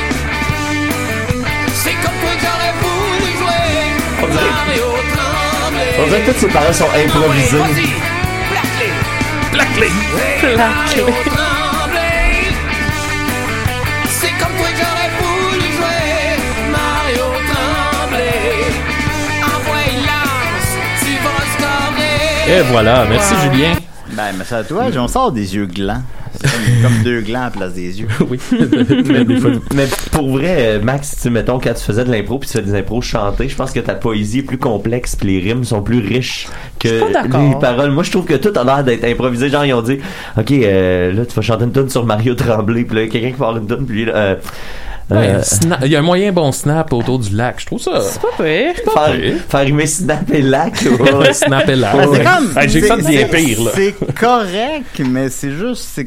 Speaker 6: C'est comme toi que j'aurais voulu jouer
Speaker 4: On dirait-
Speaker 6: Mario Tremblay
Speaker 4: On dirait que toutes ses paroles sont
Speaker 6: Ah ouais,
Speaker 4: improvisées.
Speaker 6: vas-y, plaque-les. Hey,
Speaker 2: Plaque-les.
Speaker 6: Mario Tremblay C'est comme toi que j'aurais voulu jouer Mario Tremblay Envoie-lance, tu vas scorer
Speaker 3: Et voilà, merci
Speaker 2: Wow.
Speaker 3: Julien. [LAUGHS]
Speaker 1: Ben, mais ça, toi, on sort des yeux glands. C'est comme, comme deux glands à place des
Speaker 3: [LAUGHS]
Speaker 1: yeux.
Speaker 3: Oui. Mais des fois,
Speaker 4: Mais pour vrai, euh, Max, tu mettons quand tu faisais de l'impro puis tu fais des impros chantées, je pense que ta poésie est plus complexe puis les rimes sont plus riches que
Speaker 2: suis pas d'accord.
Speaker 4: les paroles. Moi, je trouve que tout a l'air d'être improvisé. Genre ils ont dit, ok, euh, là tu vas chanter une tune sur Mario Tremblay, puis là quelqu'un qui parle une tune, puis là, euh,
Speaker 3: ouais,
Speaker 4: euh,
Speaker 3: sna- Il y a un moyen bon snap autour du lac. Je trouve ça.
Speaker 2: C'est pas pire.
Speaker 4: faire,
Speaker 3: pire.
Speaker 4: faire rimer Snap et Lac.
Speaker 3: [LAUGHS] Ouais, snap et lac.
Speaker 1: Ben,
Speaker 3: Ouais.
Speaker 1: c'est comme.
Speaker 3: Hey, J'ai
Speaker 1: c'est-
Speaker 3: fait bien
Speaker 1: c'est-
Speaker 3: pire, là.
Speaker 1: C'est correct, mais c'est juste. c'est-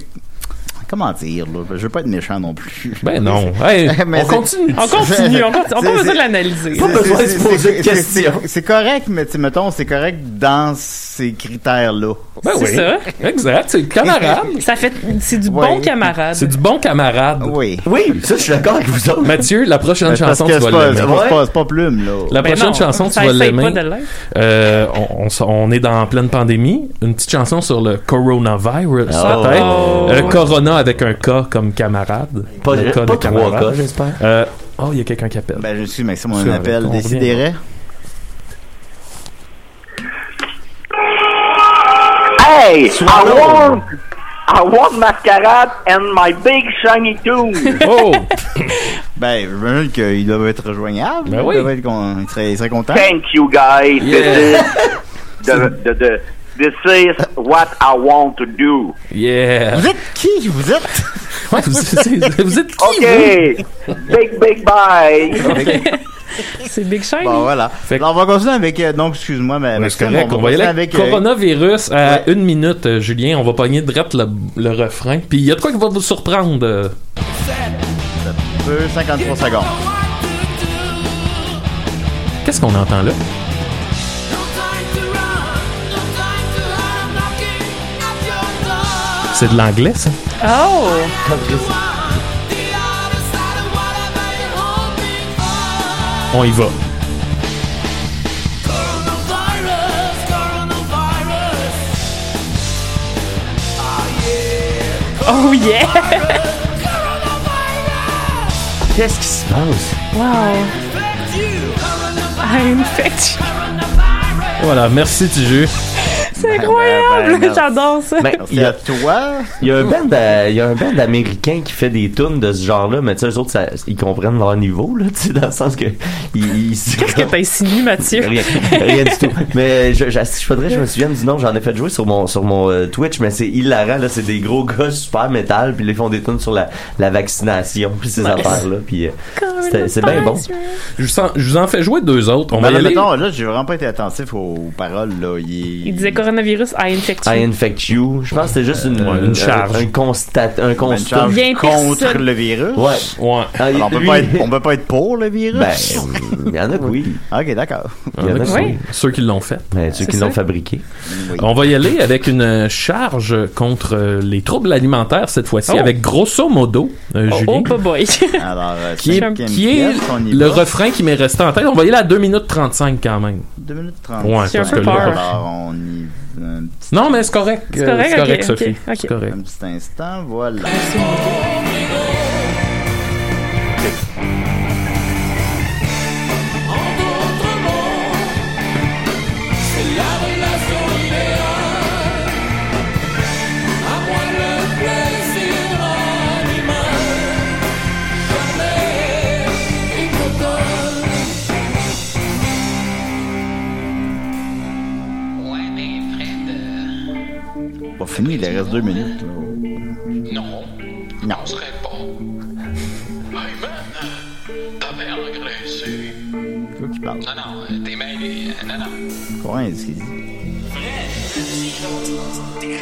Speaker 1: Comment dire, là? Je veux pas être méchant non plus.
Speaker 3: Ben non. Hey,
Speaker 1: Mais
Speaker 3: on
Speaker 1: c'est-
Speaker 3: continue.
Speaker 2: On continue, on continue. On n'a
Speaker 1: C'est-
Speaker 2: pas besoin
Speaker 1: c'est-
Speaker 2: de l'analyser.
Speaker 4: Pas besoin de se
Speaker 1: c'est-
Speaker 4: poser
Speaker 1: c'est-
Speaker 4: de
Speaker 1: c'est-
Speaker 4: questions.
Speaker 1: c'est- C'est correct, mais tu sais, mettons, c'est correct dans ces critères-là.
Speaker 3: Ben
Speaker 2: C'est
Speaker 3: oui.
Speaker 2: ça.
Speaker 3: Exact. C'est le camarade.
Speaker 2: Ça fait. C'est du
Speaker 1: Ouais.
Speaker 2: bon camarade.
Speaker 3: C'est du bon camarade.
Speaker 1: Oui.
Speaker 4: [LAUGHS] Oui, ça je suis d'accord avec vous autres.
Speaker 3: Mathieu, la prochaine
Speaker 1: Ben, Parce que
Speaker 3: chanson, tu
Speaker 1: c'est
Speaker 3: vas
Speaker 1: pas,
Speaker 3: l'aimer.
Speaker 1: c'est pas-
Speaker 4: Ouais.
Speaker 1: c'est pas- c'est pas plume, là.
Speaker 3: La
Speaker 2: Ben
Speaker 3: prochaine
Speaker 2: non,
Speaker 3: chanson, tu
Speaker 2: ça
Speaker 3: vas
Speaker 2: essaye pas de
Speaker 3: l'aimer.
Speaker 2: l'être.
Speaker 3: Euh, on, on s- on est dans pleine pandémie. Une petite chanson sur le coronavirus,
Speaker 4: Oh.
Speaker 3: peut-être. Euh, corona avec un K comme camarade.
Speaker 4: Pas,
Speaker 3: Le
Speaker 4: pas
Speaker 3: K de
Speaker 4: trois
Speaker 3: camarade.
Speaker 4: cas, j'espère.
Speaker 3: Euh, oh, il y a quelqu'un qui appelle.
Speaker 1: Ben, je suis Maxime, on
Speaker 3: Correct,
Speaker 1: appelle
Speaker 3: on revient. hein.
Speaker 1: Décideret.
Speaker 5: Hey, I want, I want mascarade and my big shiny tooth.
Speaker 3: [LAUGHS] Oh!
Speaker 1: Ben, je veux dire qu'il doit être rejoignable.
Speaker 3: Ben
Speaker 1: il
Speaker 3: oui.
Speaker 1: doit être con- il, serait, il serait content.
Speaker 2: Ben.
Speaker 5: Thank you guys. This is the, the, the, this is what I want to do.
Speaker 3: Yeah! [LAUGHS]
Speaker 1: Vous êtes qui, vous êtes?
Speaker 3: Ouais, vous, c'est- vous êtes qui, vous?
Speaker 5: Okay. big big bye.
Speaker 2: C'est Big Shiny.
Speaker 1: Bon, voilà.
Speaker 3: Fait que-
Speaker 1: Alors, on va continuer avec. euh, donc, excuse-moi, mais.
Speaker 3: Ouais, c'est
Speaker 1: Maxime,
Speaker 3: correct.
Speaker 1: on
Speaker 3: On va y aller
Speaker 1: continuer
Speaker 3: avec
Speaker 1: avec. euh,
Speaker 3: coronavirus à une minute, euh, Julien. On va pogner direct le, le refrain. Puis il y a de quoi qui va vous surprendre. euh.
Speaker 1: peu 53 euh, secondes.
Speaker 3: Qu'est-ce qu'on entend là? C'est de l'anglais, ça?
Speaker 2: Oh!
Speaker 3: On y va.
Speaker 2: Oh yeah!
Speaker 4: Qu'est-ce qui se passe?
Speaker 2: Wow! I'm infect you.
Speaker 3: Voilà, merci, Tiju.
Speaker 2: C'est
Speaker 1: Euh,
Speaker 2: incroyable!
Speaker 4: ben, ben,
Speaker 2: J'adore ça!
Speaker 4: Ben,
Speaker 1: Il y a toi.
Speaker 4: Il y a un band, euh, il y a un band américain qui fait des tunes de ce genre-là, mais tu sais, eux autres, ça- ils comprennent leur niveau, là, tu sais, dans le sens que. Ils, ils se-
Speaker 2: Qu'est-ce que t'as insinué, Mathieu?
Speaker 4: Rien, rien du tout. Mais je, je, je faudrait que je me souvienne du nom, j'en ai fait jouer sur mon sur mon euh, Twitch, mais c'est hilarant, là, c'est des gros gars super métal, puis ils font des tunes sur la, la vaccination, puis ces affaires-là, puis euh, c'était- c'est bien bon.
Speaker 3: Je vous, en, je vous en fais jouer deux autres. On
Speaker 1: Ben,
Speaker 3: va y
Speaker 1: là,
Speaker 3: aller.
Speaker 1: mettons, là, j'ai vraiment pas été attentif aux paroles, là. Il,
Speaker 2: Il disait coronavirus, I infect
Speaker 4: I
Speaker 2: you.
Speaker 4: infect you. Je pense que c'est juste une,
Speaker 3: Ouais, une
Speaker 4: un-
Speaker 3: charge.
Speaker 4: Un, constat, un
Speaker 1: Ben,
Speaker 4: constat.
Speaker 1: charge
Speaker 2: Bien
Speaker 1: contre
Speaker 2: personne.
Speaker 1: le virus.
Speaker 4: Ouais.
Speaker 3: Ouais.
Speaker 1: Alors, on peut,
Speaker 4: Lui-
Speaker 1: pas être, on peut pas être pour le virus.
Speaker 4: Ben, il y en a que oui.
Speaker 1: ok, d'accord.
Speaker 4: Il y en a que
Speaker 2: Oui.
Speaker 4: oui.
Speaker 3: Ceux qui l'ont fait.
Speaker 4: Mais ceux
Speaker 2: C'est
Speaker 4: qui l'ont
Speaker 2: ça.
Speaker 4: fabriqué.
Speaker 1: Oui.
Speaker 3: On va y aller avec une euh, charge contre euh, les troubles alimentaires cette fois-ci,
Speaker 2: Oh.
Speaker 3: avec grosso modo, euh,
Speaker 2: Oh,
Speaker 3: Julien.
Speaker 2: oh, bah boy!
Speaker 1: Alors, euh,
Speaker 3: Qui est,
Speaker 1: cinquième
Speaker 3: qui est
Speaker 1: pièce, on y
Speaker 3: le
Speaker 1: va.
Speaker 3: refrain qui m'est resté en tête. On va y aller à 2 minutes 35 quand même.
Speaker 1: 2 minutes 30.
Speaker 3: Ouais,
Speaker 2: J'ai un
Speaker 3: parce
Speaker 2: peu
Speaker 3: que là-
Speaker 2: peur.
Speaker 1: Alors, on y va un petit,
Speaker 3: Non, mais c'est correct.
Speaker 2: C'est
Speaker 3: euh,
Speaker 2: correct, ok, ok,
Speaker 3: Sophie.
Speaker 2: ok.
Speaker 3: C'est correct.
Speaker 1: un petit instant. Voilà.
Speaker 6: Ouais, mais Fred,
Speaker 1: On va finir, il reste 2 minutes. là.
Speaker 6: euh, non,
Speaker 1: Non.
Speaker 6: on serait pas. Ah, Hey euh, man, t'as bien engraissé.
Speaker 1: C'est toi qui parle.
Speaker 6: Non, non, euh, t'es mêlé. euh, Non, non.
Speaker 1: Quoi, est-ce qu'il dit? C'est toi qui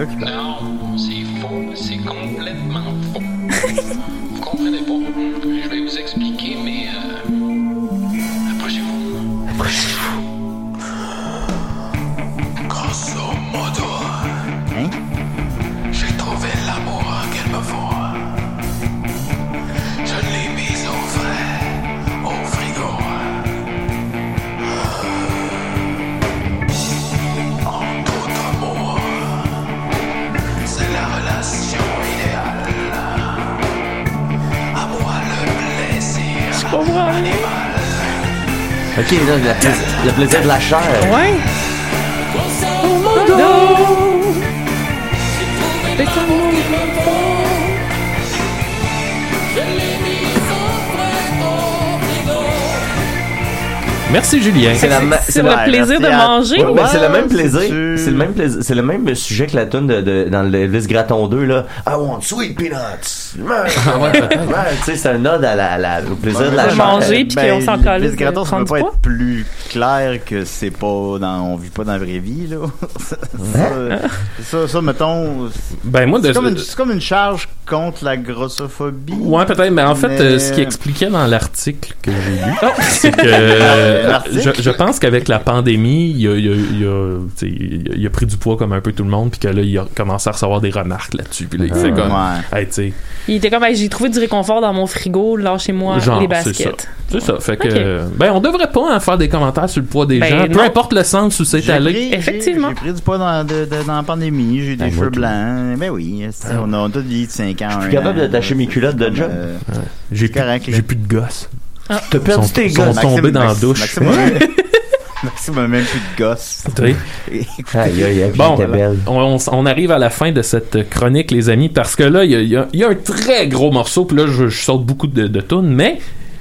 Speaker 1: parle.
Speaker 6: Non, c'est faux. C'est complètement faux. vous comprenez pas. Je vais vous expliquer, mais... Euh... Approchez-vous. Approchez-vous. Grosso modo,
Speaker 1: Hein?
Speaker 6: j'ai trouvé l'amour qu'elle me faut. Je l'ai mise au frais, au frigo. En d'autres mots... C'est la relation idéale. À moi le plaisir.
Speaker 2: Pas vrai.
Speaker 4: Ok, là, le, pla- le plaisir de la chair.
Speaker 2: Ouais! Oh mon dos!
Speaker 3: Merci, Julien.
Speaker 4: C'est la ma-
Speaker 2: C'est
Speaker 4: c'est
Speaker 2: le
Speaker 4: la-
Speaker 2: plaisir de
Speaker 1: c'est la-
Speaker 2: manger?
Speaker 4: Ouais, mais c'est le même
Speaker 1: Ouais,
Speaker 4: plaisir.
Speaker 1: c'est-
Speaker 4: C'est le même plaisir. C'est le même sujet que la tune de, de- dans le Elvis Graton 2 là. I want sweet peanuts. Tu sais, c'est un nod à la, à la- au plaisir de la
Speaker 2: mais
Speaker 4: chair.
Speaker 2: manger, puis qu'on s'en colle,
Speaker 1: Vince Gratton, ben, ça peut
Speaker 2: prendre
Speaker 1: pas
Speaker 2: du
Speaker 1: être plus clair que c'est pas dans, on vit pas dans la vraie vie, là. [LAUGHS] ça, ça, ça, mettons,
Speaker 3: Ben, moi, de,
Speaker 1: c'est comme, une- c'est comme une charge contre la grossophobie.
Speaker 3: Ouais, peut-être, mais en fait,
Speaker 1: Mais- Ah,
Speaker 3: euh, ce qui expliquait dans l'article que j'ai lu, [LAUGHS] c'est
Speaker 1: [LAUGHS]
Speaker 3: que euh,
Speaker 1: L'article?
Speaker 3: je, je pense qu'avec la pandémie, il a, il a- il a, tu sais, il a- il a pris du poids comme un peu tout le monde, puis que là, il a commencé à recevoir des remarques là-dessus. Puis là, il fait comme,
Speaker 1: Ah, Ouais.
Speaker 3: hey, tu sais,
Speaker 2: Il était comme, Hey, j'ai trouvé du réconfort dans mon frigo, lâchez-moi
Speaker 3: Genre,
Speaker 2: les
Speaker 3: c'est ça.
Speaker 2: baskets.
Speaker 3: c'est ça. Fait que,
Speaker 2: Ok.
Speaker 3: euh, ben, on devrait pas en faire des commentaires sur le poids des
Speaker 2: Ben,
Speaker 3: gens, peu
Speaker 2: non.
Speaker 3: importe le sens où c'est
Speaker 1: J'ai
Speaker 3: allé.
Speaker 1: pris-
Speaker 2: Effectivement.
Speaker 1: J'ai j'ai pris du poids dans, de- de- dans la pandémie, j'ai des
Speaker 4: Ben, moi
Speaker 1: cheveux
Speaker 4: tout.
Speaker 1: blancs. Ben oui, c'est- on a, on a tous vieilli de 5 ans. Je
Speaker 4: suis capable d'attacher mes culottes de job.
Speaker 1: euh,
Speaker 3: J'ai
Speaker 1: C'est
Speaker 3: plus,
Speaker 1: correct, là.
Speaker 3: j'ai plus de gosses.
Speaker 4: T'as
Speaker 3: Ils
Speaker 4: perdu
Speaker 3: sont,
Speaker 4: tes
Speaker 3: ils sont
Speaker 4: gosses.
Speaker 3: tombés dans la douche.
Speaker 1: Maxime a même, [LAUGHS] Maxime a même plus de gosse.
Speaker 3: Tu sais.
Speaker 4: Aïe, aïe, aïe,
Speaker 3: Bon, euh,
Speaker 4: j'étais belle.
Speaker 3: on, on s- on arrive à la fin de cette chronique, les amis, parce que là, il y a, il y a- il y a un très gros morceau, puis là, je, je saute beaucoup de, de tunes, mais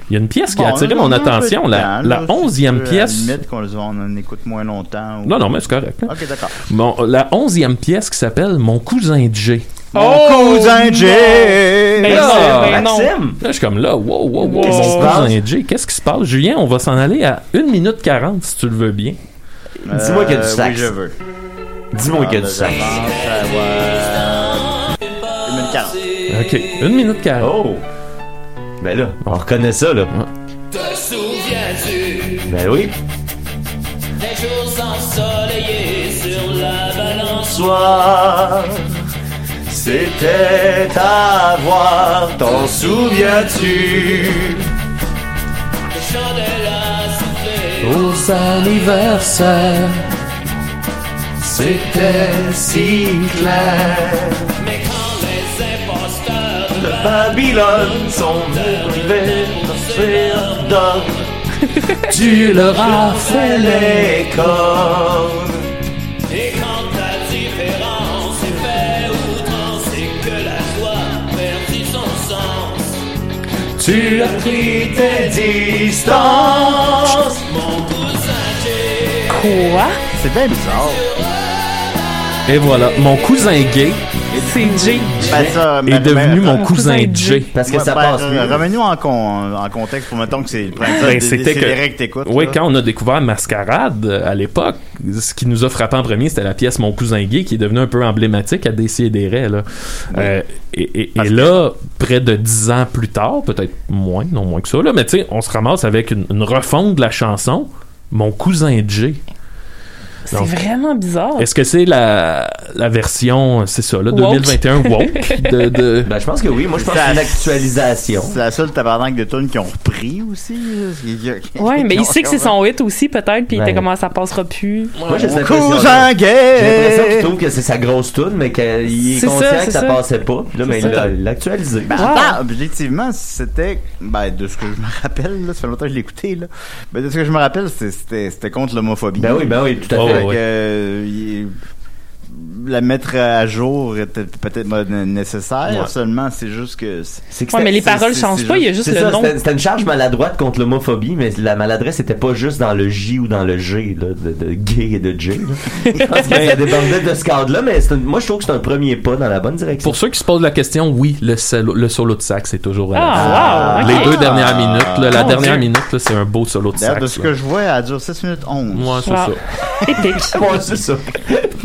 Speaker 3: Il y a une pièce qui
Speaker 1: Bon,
Speaker 3: a attiré
Speaker 1: on a
Speaker 3: mon
Speaker 1: un peu de
Speaker 3: attention, la,
Speaker 1: temps,
Speaker 3: la
Speaker 1: là, si tu
Speaker 3: onzième
Speaker 1: peux
Speaker 3: pièce.
Speaker 1: admettre qu'on on en écoute moins longtemps. ou-
Speaker 3: Non, non, mais c'est correct. hein.
Speaker 1: Ok, d'accord.
Speaker 3: Bon, la onzième pièce qui s'appelle Mon cousin J.
Speaker 1: Mon
Speaker 2: Oh,
Speaker 1: cousin
Speaker 2: non.
Speaker 1: Jay! Euh,
Speaker 2: Mais
Speaker 3: Ah,
Speaker 2: c'est- mais non.
Speaker 4: Maxime!
Speaker 3: Là, je suis comme là, wow, wow, wow,
Speaker 2: Qu'est-ce
Speaker 3: mon
Speaker 2: qui se
Speaker 3: cousin J, qu'est-ce qui se passe? Julien, on va s'en aller à 1 minute 40 si tu le veux bien.
Speaker 4: Dis-moi qu'il y a du
Speaker 1: Euh,
Speaker 4: sax.
Speaker 1: Oui, je veux.
Speaker 4: Dis-moi qu'il y a du
Speaker 1: Ah,
Speaker 4: sac.
Speaker 1: ben, j'avance, ah, ouais. Une carte.
Speaker 3: Ok, 1 minute 40.
Speaker 4: Oh! Ben là, on reconnaît ça, là.
Speaker 6: Te souviens-tu
Speaker 4: Ben oui.
Speaker 6: des jours ensoleillés sur la balance?
Speaker 4: Soir, c'était à voir, t'en souviens-tu?
Speaker 6: Des chandelles à souffler.
Speaker 3: Aux anniversaires,
Speaker 4: C'était si clair.
Speaker 6: Mais quand les imposteurs de
Speaker 4: Babylone, son arrivée, sur d'or,
Speaker 3: tu leur
Speaker 1: Oh,
Speaker 3: as
Speaker 4: c'est les cordes.
Speaker 6: Et quand la différence est fait outrance c'est que la joie perdit son sens
Speaker 4: Tu as pris tes distances.
Speaker 6: Mon cousin Jay
Speaker 2: Quoi?
Speaker 1: C'est bien bizarre.
Speaker 3: Et voilà, mon cousin gay
Speaker 2: C'est J.
Speaker 1: Ben, ça,
Speaker 3: est
Speaker 1: mais-
Speaker 3: devenu
Speaker 1: mais-
Speaker 3: Ah, mon cousin
Speaker 2: cousin
Speaker 3: J.
Speaker 2: J.
Speaker 4: Parce que
Speaker 1: Ouais,
Speaker 4: ça
Speaker 1: ben,
Speaker 4: passe
Speaker 1: euh,
Speaker 4: mieux.
Speaker 1: Remets-nous en, con- en contexte pour mettons que c'est le principe
Speaker 3: Ben,
Speaker 1: des-
Speaker 3: c'était
Speaker 1: des
Speaker 3: que-
Speaker 1: CDR que t'écoutes.
Speaker 3: Oui,
Speaker 1: là.
Speaker 3: quand on a découvert Mascarade euh, à l'époque, ce qui nous a frappé en premier, c'était la pièce Mon cousin gay qui est devenue un peu emblématique à Décideret. Là. Euh, et et- et là, près de dix ans plus tard, peut-être moins, non moins que ça, là, mais tu sais, on se ramasse avec une, une refonte de la chanson Mon cousin J.
Speaker 2: C'est
Speaker 3: Donc,
Speaker 2: vraiment bizarre.
Speaker 3: Est-ce que c'est la, la version, c'est ça, là,
Speaker 2: Woke.
Speaker 3: 2021 woke
Speaker 2: [LAUGHS]
Speaker 3: de, de-
Speaker 4: Ben, je pense que oui. Moi, je pense que
Speaker 1: Ça-
Speaker 4: c'est une actualisation.
Speaker 1: C'est la seule tabarnak de tunes qui ont repris aussi. là. [LAUGHS]
Speaker 2: Ouais, mais il sait que c'est son hit aussi, peut-être, puis il
Speaker 4: Ouais.
Speaker 2: était comme Ah, ça passera plus.
Speaker 4: Moi, j'ai cette
Speaker 1: Mon
Speaker 4: impression-là.
Speaker 1: cousin
Speaker 4: J'ai l'impression qu'il
Speaker 1: gay!
Speaker 4: trouve que c'est sa grosse toune, mais qu'il est
Speaker 2: C'est
Speaker 4: conscient
Speaker 2: ça,
Speaker 4: que
Speaker 2: c'est
Speaker 4: ça,
Speaker 2: ça.
Speaker 4: passait pas. Puis Là, mais il
Speaker 3: ça.
Speaker 4: l'a- il l'a actualisé.
Speaker 1: Ben,
Speaker 4: Ah,
Speaker 2: Wow.
Speaker 1: attends, objectivement, c'était, ben, de ce que je me rappelle, là, ça fait longtemps que je l'ai écouté, là. Ben, de ce que je me rappelle, c'était- c'était c'était contre l'homophobie.
Speaker 4: Ben oui, ben oui, tout à
Speaker 3: Oh,
Speaker 4: fait.
Speaker 1: Fait que,
Speaker 3: ouais.
Speaker 1: euh, il- la mettre à jour était peut-être mo- nécessaire,
Speaker 4: Ouais.
Speaker 1: seulement c'est juste que. c'est-
Speaker 4: C'est que
Speaker 2: Ouais, mais
Speaker 4: c'était-
Speaker 2: les
Speaker 1: c'est-
Speaker 2: paroles
Speaker 1: c'est-
Speaker 2: changent
Speaker 1: c'est
Speaker 2: pas, il y a
Speaker 1: juste-
Speaker 2: juste
Speaker 4: c'est
Speaker 2: le
Speaker 4: ça,
Speaker 2: nom.
Speaker 4: c'était- c'était une charge maladroite contre l'homophobie, mais la maladresse était pas juste dans le J ou dans le G, là, de, de gay et de
Speaker 2: [LAUGHS]
Speaker 4: J. là. Je pense que ça débordait de ce cadre-là, mais c'est une- moi je trouve que c'est un premier pas dans la bonne direction.
Speaker 3: Pour ceux qui se posent la question, oui, le, solo- le solo de sax, c'est toujours à la fin.
Speaker 2: Ah, wow!
Speaker 3: Euh, Les
Speaker 2: ok.
Speaker 3: deux dernières minutes, là, la
Speaker 2: Mon
Speaker 3: dernière
Speaker 2: Dieu.
Speaker 3: minute, là, c'est un beau solo de
Speaker 1: D'ailleurs,
Speaker 3: sax.
Speaker 1: de ce
Speaker 3: là.
Speaker 1: que je vois, elle dure 6 minutes 11.
Speaker 3: Ouais, c'est
Speaker 2: Wow.
Speaker 3: ça. [LAUGHS]
Speaker 2: Épique.
Speaker 4: Ouais, c'est ça.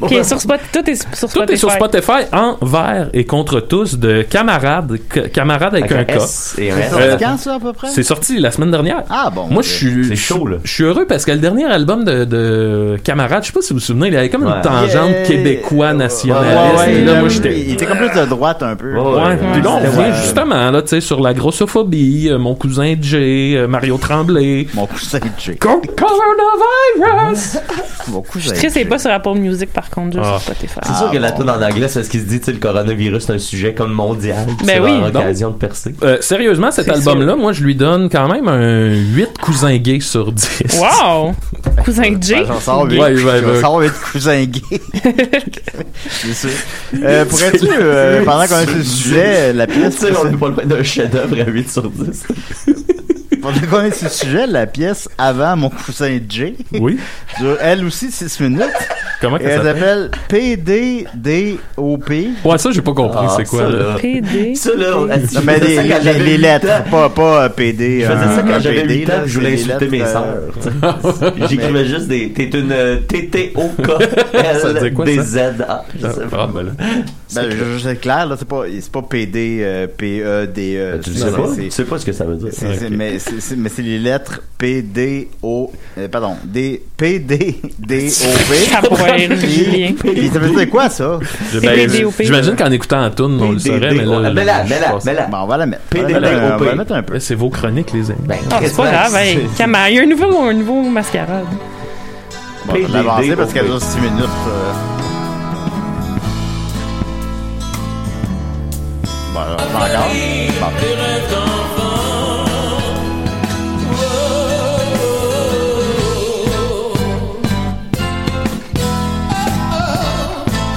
Speaker 2: Qui est sur Spotify. Tout est sur
Speaker 3: Tout
Speaker 2: Spotify.
Speaker 3: est sur Spotify envers et contre tous de camarades, c- camarades avec, un
Speaker 4: Avec
Speaker 3: K.
Speaker 4: S et un
Speaker 1: C'est
Speaker 4: S.
Speaker 1: sorti
Speaker 3: Euh,
Speaker 1: quand, ça, à peu près?
Speaker 3: C'est sorti la semaine dernière.
Speaker 1: Ah, bon.
Speaker 3: Moi, je suis,
Speaker 4: C'est chaud, là.
Speaker 3: je suis heureux parce que le dernier album de, de Camarades, je sais pas si vous vous souvenez, il avait comme
Speaker 4: Ouais.
Speaker 3: une tangente
Speaker 1: Yeah.
Speaker 3: québécois
Speaker 1: Ouais,
Speaker 3: nationaliste.
Speaker 1: ouais,
Speaker 3: Et
Speaker 1: il
Speaker 3: là,
Speaker 1: a-
Speaker 3: moi, j'étais.
Speaker 1: Il était comme plus de droite, un peu.
Speaker 4: Ouais,
Speaker 3: Ouais, puis là, on
Speaker 4: Ouais.
Speaker 3: revient justement, là, tu sais, sur la grossophobie, euh, mon cousin Jay, euh, Mario Tremblay.
Speaker 1: Mon cousin Jay.
Speaker 3: Contre coronavirus!
Speaker 1: Mon cousin
Speaker 2: Je suis triste, c'est
Speaker 1: Jay.
Speaker 2: pas sur Apple Music, par contre, juste
Speaker 3: Ah.
Speaker 2: sur Spotify.
Speaker 4: C'est sûr que la toune en anglais, c'est ce qui se dit, tu sais, le coronavirus, c'est un sujet comme mondial. puis
Speaker 2: Ben
Speaker 4: c'est
Speaker 2: oui.
Speaker 4: leur occasion de percer.
Speaker 3: Euh, sérieusement, cet
Speaker 2: C'est
Speaker 3: album-là, moi, je lui donne quand même un 8 cousins gays sur 10. [LAUGHS]
Speaker 2: Wow! Cousin J.
Speaker 1: Ben, J'en sors huit.
Speaker 3: Ouais, ouais, ouais.
Speaker 1: J'en sors huit cousins gays.
Speaker 4: [LAUGHS]
Speaker 1: C'est sûr. Euh, Pourrais-tu, euh, pendant qu'on est sur le sujet, la
Speaker 4: Tu
Speaker 1: pièce...
Speaker 4: sais, on est pas loin d'un chef-d'œuvre à 8 sur 10.
Speaker 1: [LAUGHS] Pendant qu'on est sur le sujet, la pièce avant mon cousin Jay
Speaker 3: Oui.
Speaker 1: dure elle aussi 6 minutes.
Speaker 3: Comment
Speaker 1: Et
Speaker 3: ça
Speaker 1: elle
Speaker 3: s'appelle?
Speaker 1: s'appelle PDDOP.
Speaker 3: Ouais, ça, j'ai pas compris,
Speaker 4: Ah,
Speaker 3: c'est quoi,
Speaker 4: ça,
Speaker 3: là?
Speaker 4: là.
Speaker 2: PD.
Speaker 4: Ça, là, on-
Speaker 1: Non, mais
Speaker 4: je faisais
Speaker 1: les,
Speaker 4: ça quand
Speaker 1: les-
Speaker 4: j'avais
Speaker 1: les
Speaker 4: huit ans.
Speaker 1: lettres, pas, pas euh, PD.
Speaker 4: Je faisais
Speaker 1: un-
Speaker 4: ça
Speaker 1: un
Speaker 4: quand j'avais
Speaker 1: PD,
Speaker 4: 8 ans,
Speaker 1: là,
Speaker 4: puis je
Speaker 1: c'est
Speaker 4: voulais
Speaker 1: les
Speaker 4: insulter
Speaker 1: lettres,
Speaker 4: mes
Speaker 1: euh,
Speaker 4: sœurs. [LAUGHS] tu sais. J'écrivais juste des. T'es une euh,
Speaker 3: Ça dit quoi, ça?
Speaker 4: T-T-O-K-L-D-Z-A. Je sais
Speaker 3: Ah,
Speaker 4: pas.
Speaker 3: ben là.
Speaker 1: Ben, je- je- c'est clair, là, c'est pas, c'est pas PD, euh,
Speaker 3: Ah,
Speaker 1: P-E-D-E.
Speaker 4: Ben, Tu
Speaker 1: C'est-
Speaker 4: sais pas?
Speaker 1: c'est-
Speaker 4: Tu sais pas ce que ça veut dire.
Speaker 1: c'est- c'est- Mais c'est c'est- mais c'est les lettres P, D, O, euh, pardon, D, P, D, D, [LAUGHS] O,
Speaker 2: Cabroyer, Ah, Julien.
Speaker 1: V. Puis ça veut dire quoi, ça?
Speaker 3: Je-
Speaker 2: C'est
Speaker 3: ben,
Speaker 2: des
Speaker 3: je-
Speaker 2: DOP.
Speaker 3: J'imagine qu'en écoutant la toune, on le
Speaker 4: Des-
Speaker 3: saurait,
Speaker 4: des-
Speaker 3: mais là...
Speaker 4: Mais
Speaker 3: là,
Speaker 4: là,
Speaker 3: je
Speaker 4: mais là,
Speaker 3: pense-
Speaker 4: mais là.
Speaker 1: Bon, on va la mettre. On va la
Speaker 4: PDD,
Speaker 1: mettre, on va
Speaker 4: OP.
Speaker 1: la mettre un peu.
Speaker 3: Là, c'est vos chroniques, les amis.
Speaker 4: Ben,
Speaker 2: Ah, c'est pas grave, hey.
Speaker 3: hein.
Speaker 2: Comment? Il y a un nouveau, un nouveau mascarade.
Speaker 1: Bon, je vais l'avancer parce qu'elle
Speaker 4: PDD,
Speaker 1: dure 6 minutes. euh. Bon, alors, pas encore. Bon.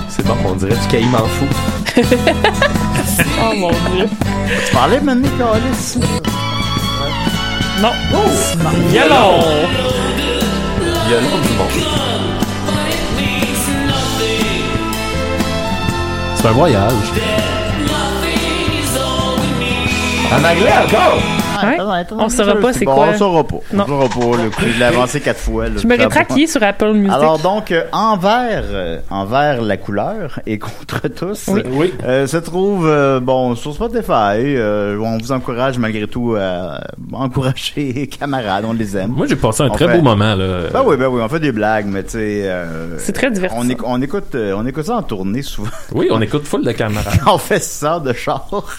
Speaker 4: C'est bon, on dirait du caïman fou.
Speaker 2: Oh mon dieu.
Speaker 1: Tu parlais maintenant, Calis?
Speaker 2: Non.
Speaker 3: Oh!
Speaker 2: Yellow.
Speaker 3: Il y a l'autre du monde. C'est un voyage.
Speaker 4: En anglais encore!
Speaker 2: Ouais. On saura pas c'est
Speaker 1: bon,
Speaker 2: quoi.
Speaker 1: On saura pas.
Speaker 2: Non.
Speaker 1: On saura pas. Le coup, je l'ai avancé quatre fois. là.
Speaker 2: Je me
Speaker 1: Ça va.
Speaker 2: rétraquille sur Apple Music.
Speaker 1: Alors donc, euh, envers, euh, envers la couleur et [LAUGHS] contre tous,
Speaker 2: Oui.
Speaker 3: Oui.
Speaker 1: euh, se trouve euh, bon sur Spotify. euh, on vous encourage malgré tout à encourager [LAUGHS] les camarades, Ben, on les aime.
Speaker 3: Moi, j'ai passé un
Speaker 1: En
Speaker 3: très
Speaker 1: fait-
Speaker 3: beau moment, là.
Speaker 1: Ben oui, ben oui, on fait des blagues, mais tu sais, euh,
Speaker 2: C'est très divertissant.
Speaker 1: on, éc- on écoute, euh, on écoute ça en tournée souvent. [LAUGHS]
Speaker 3: Oui, on écoute full de camarades.
Speaker 1: on fait ça de char. [LAUGHS]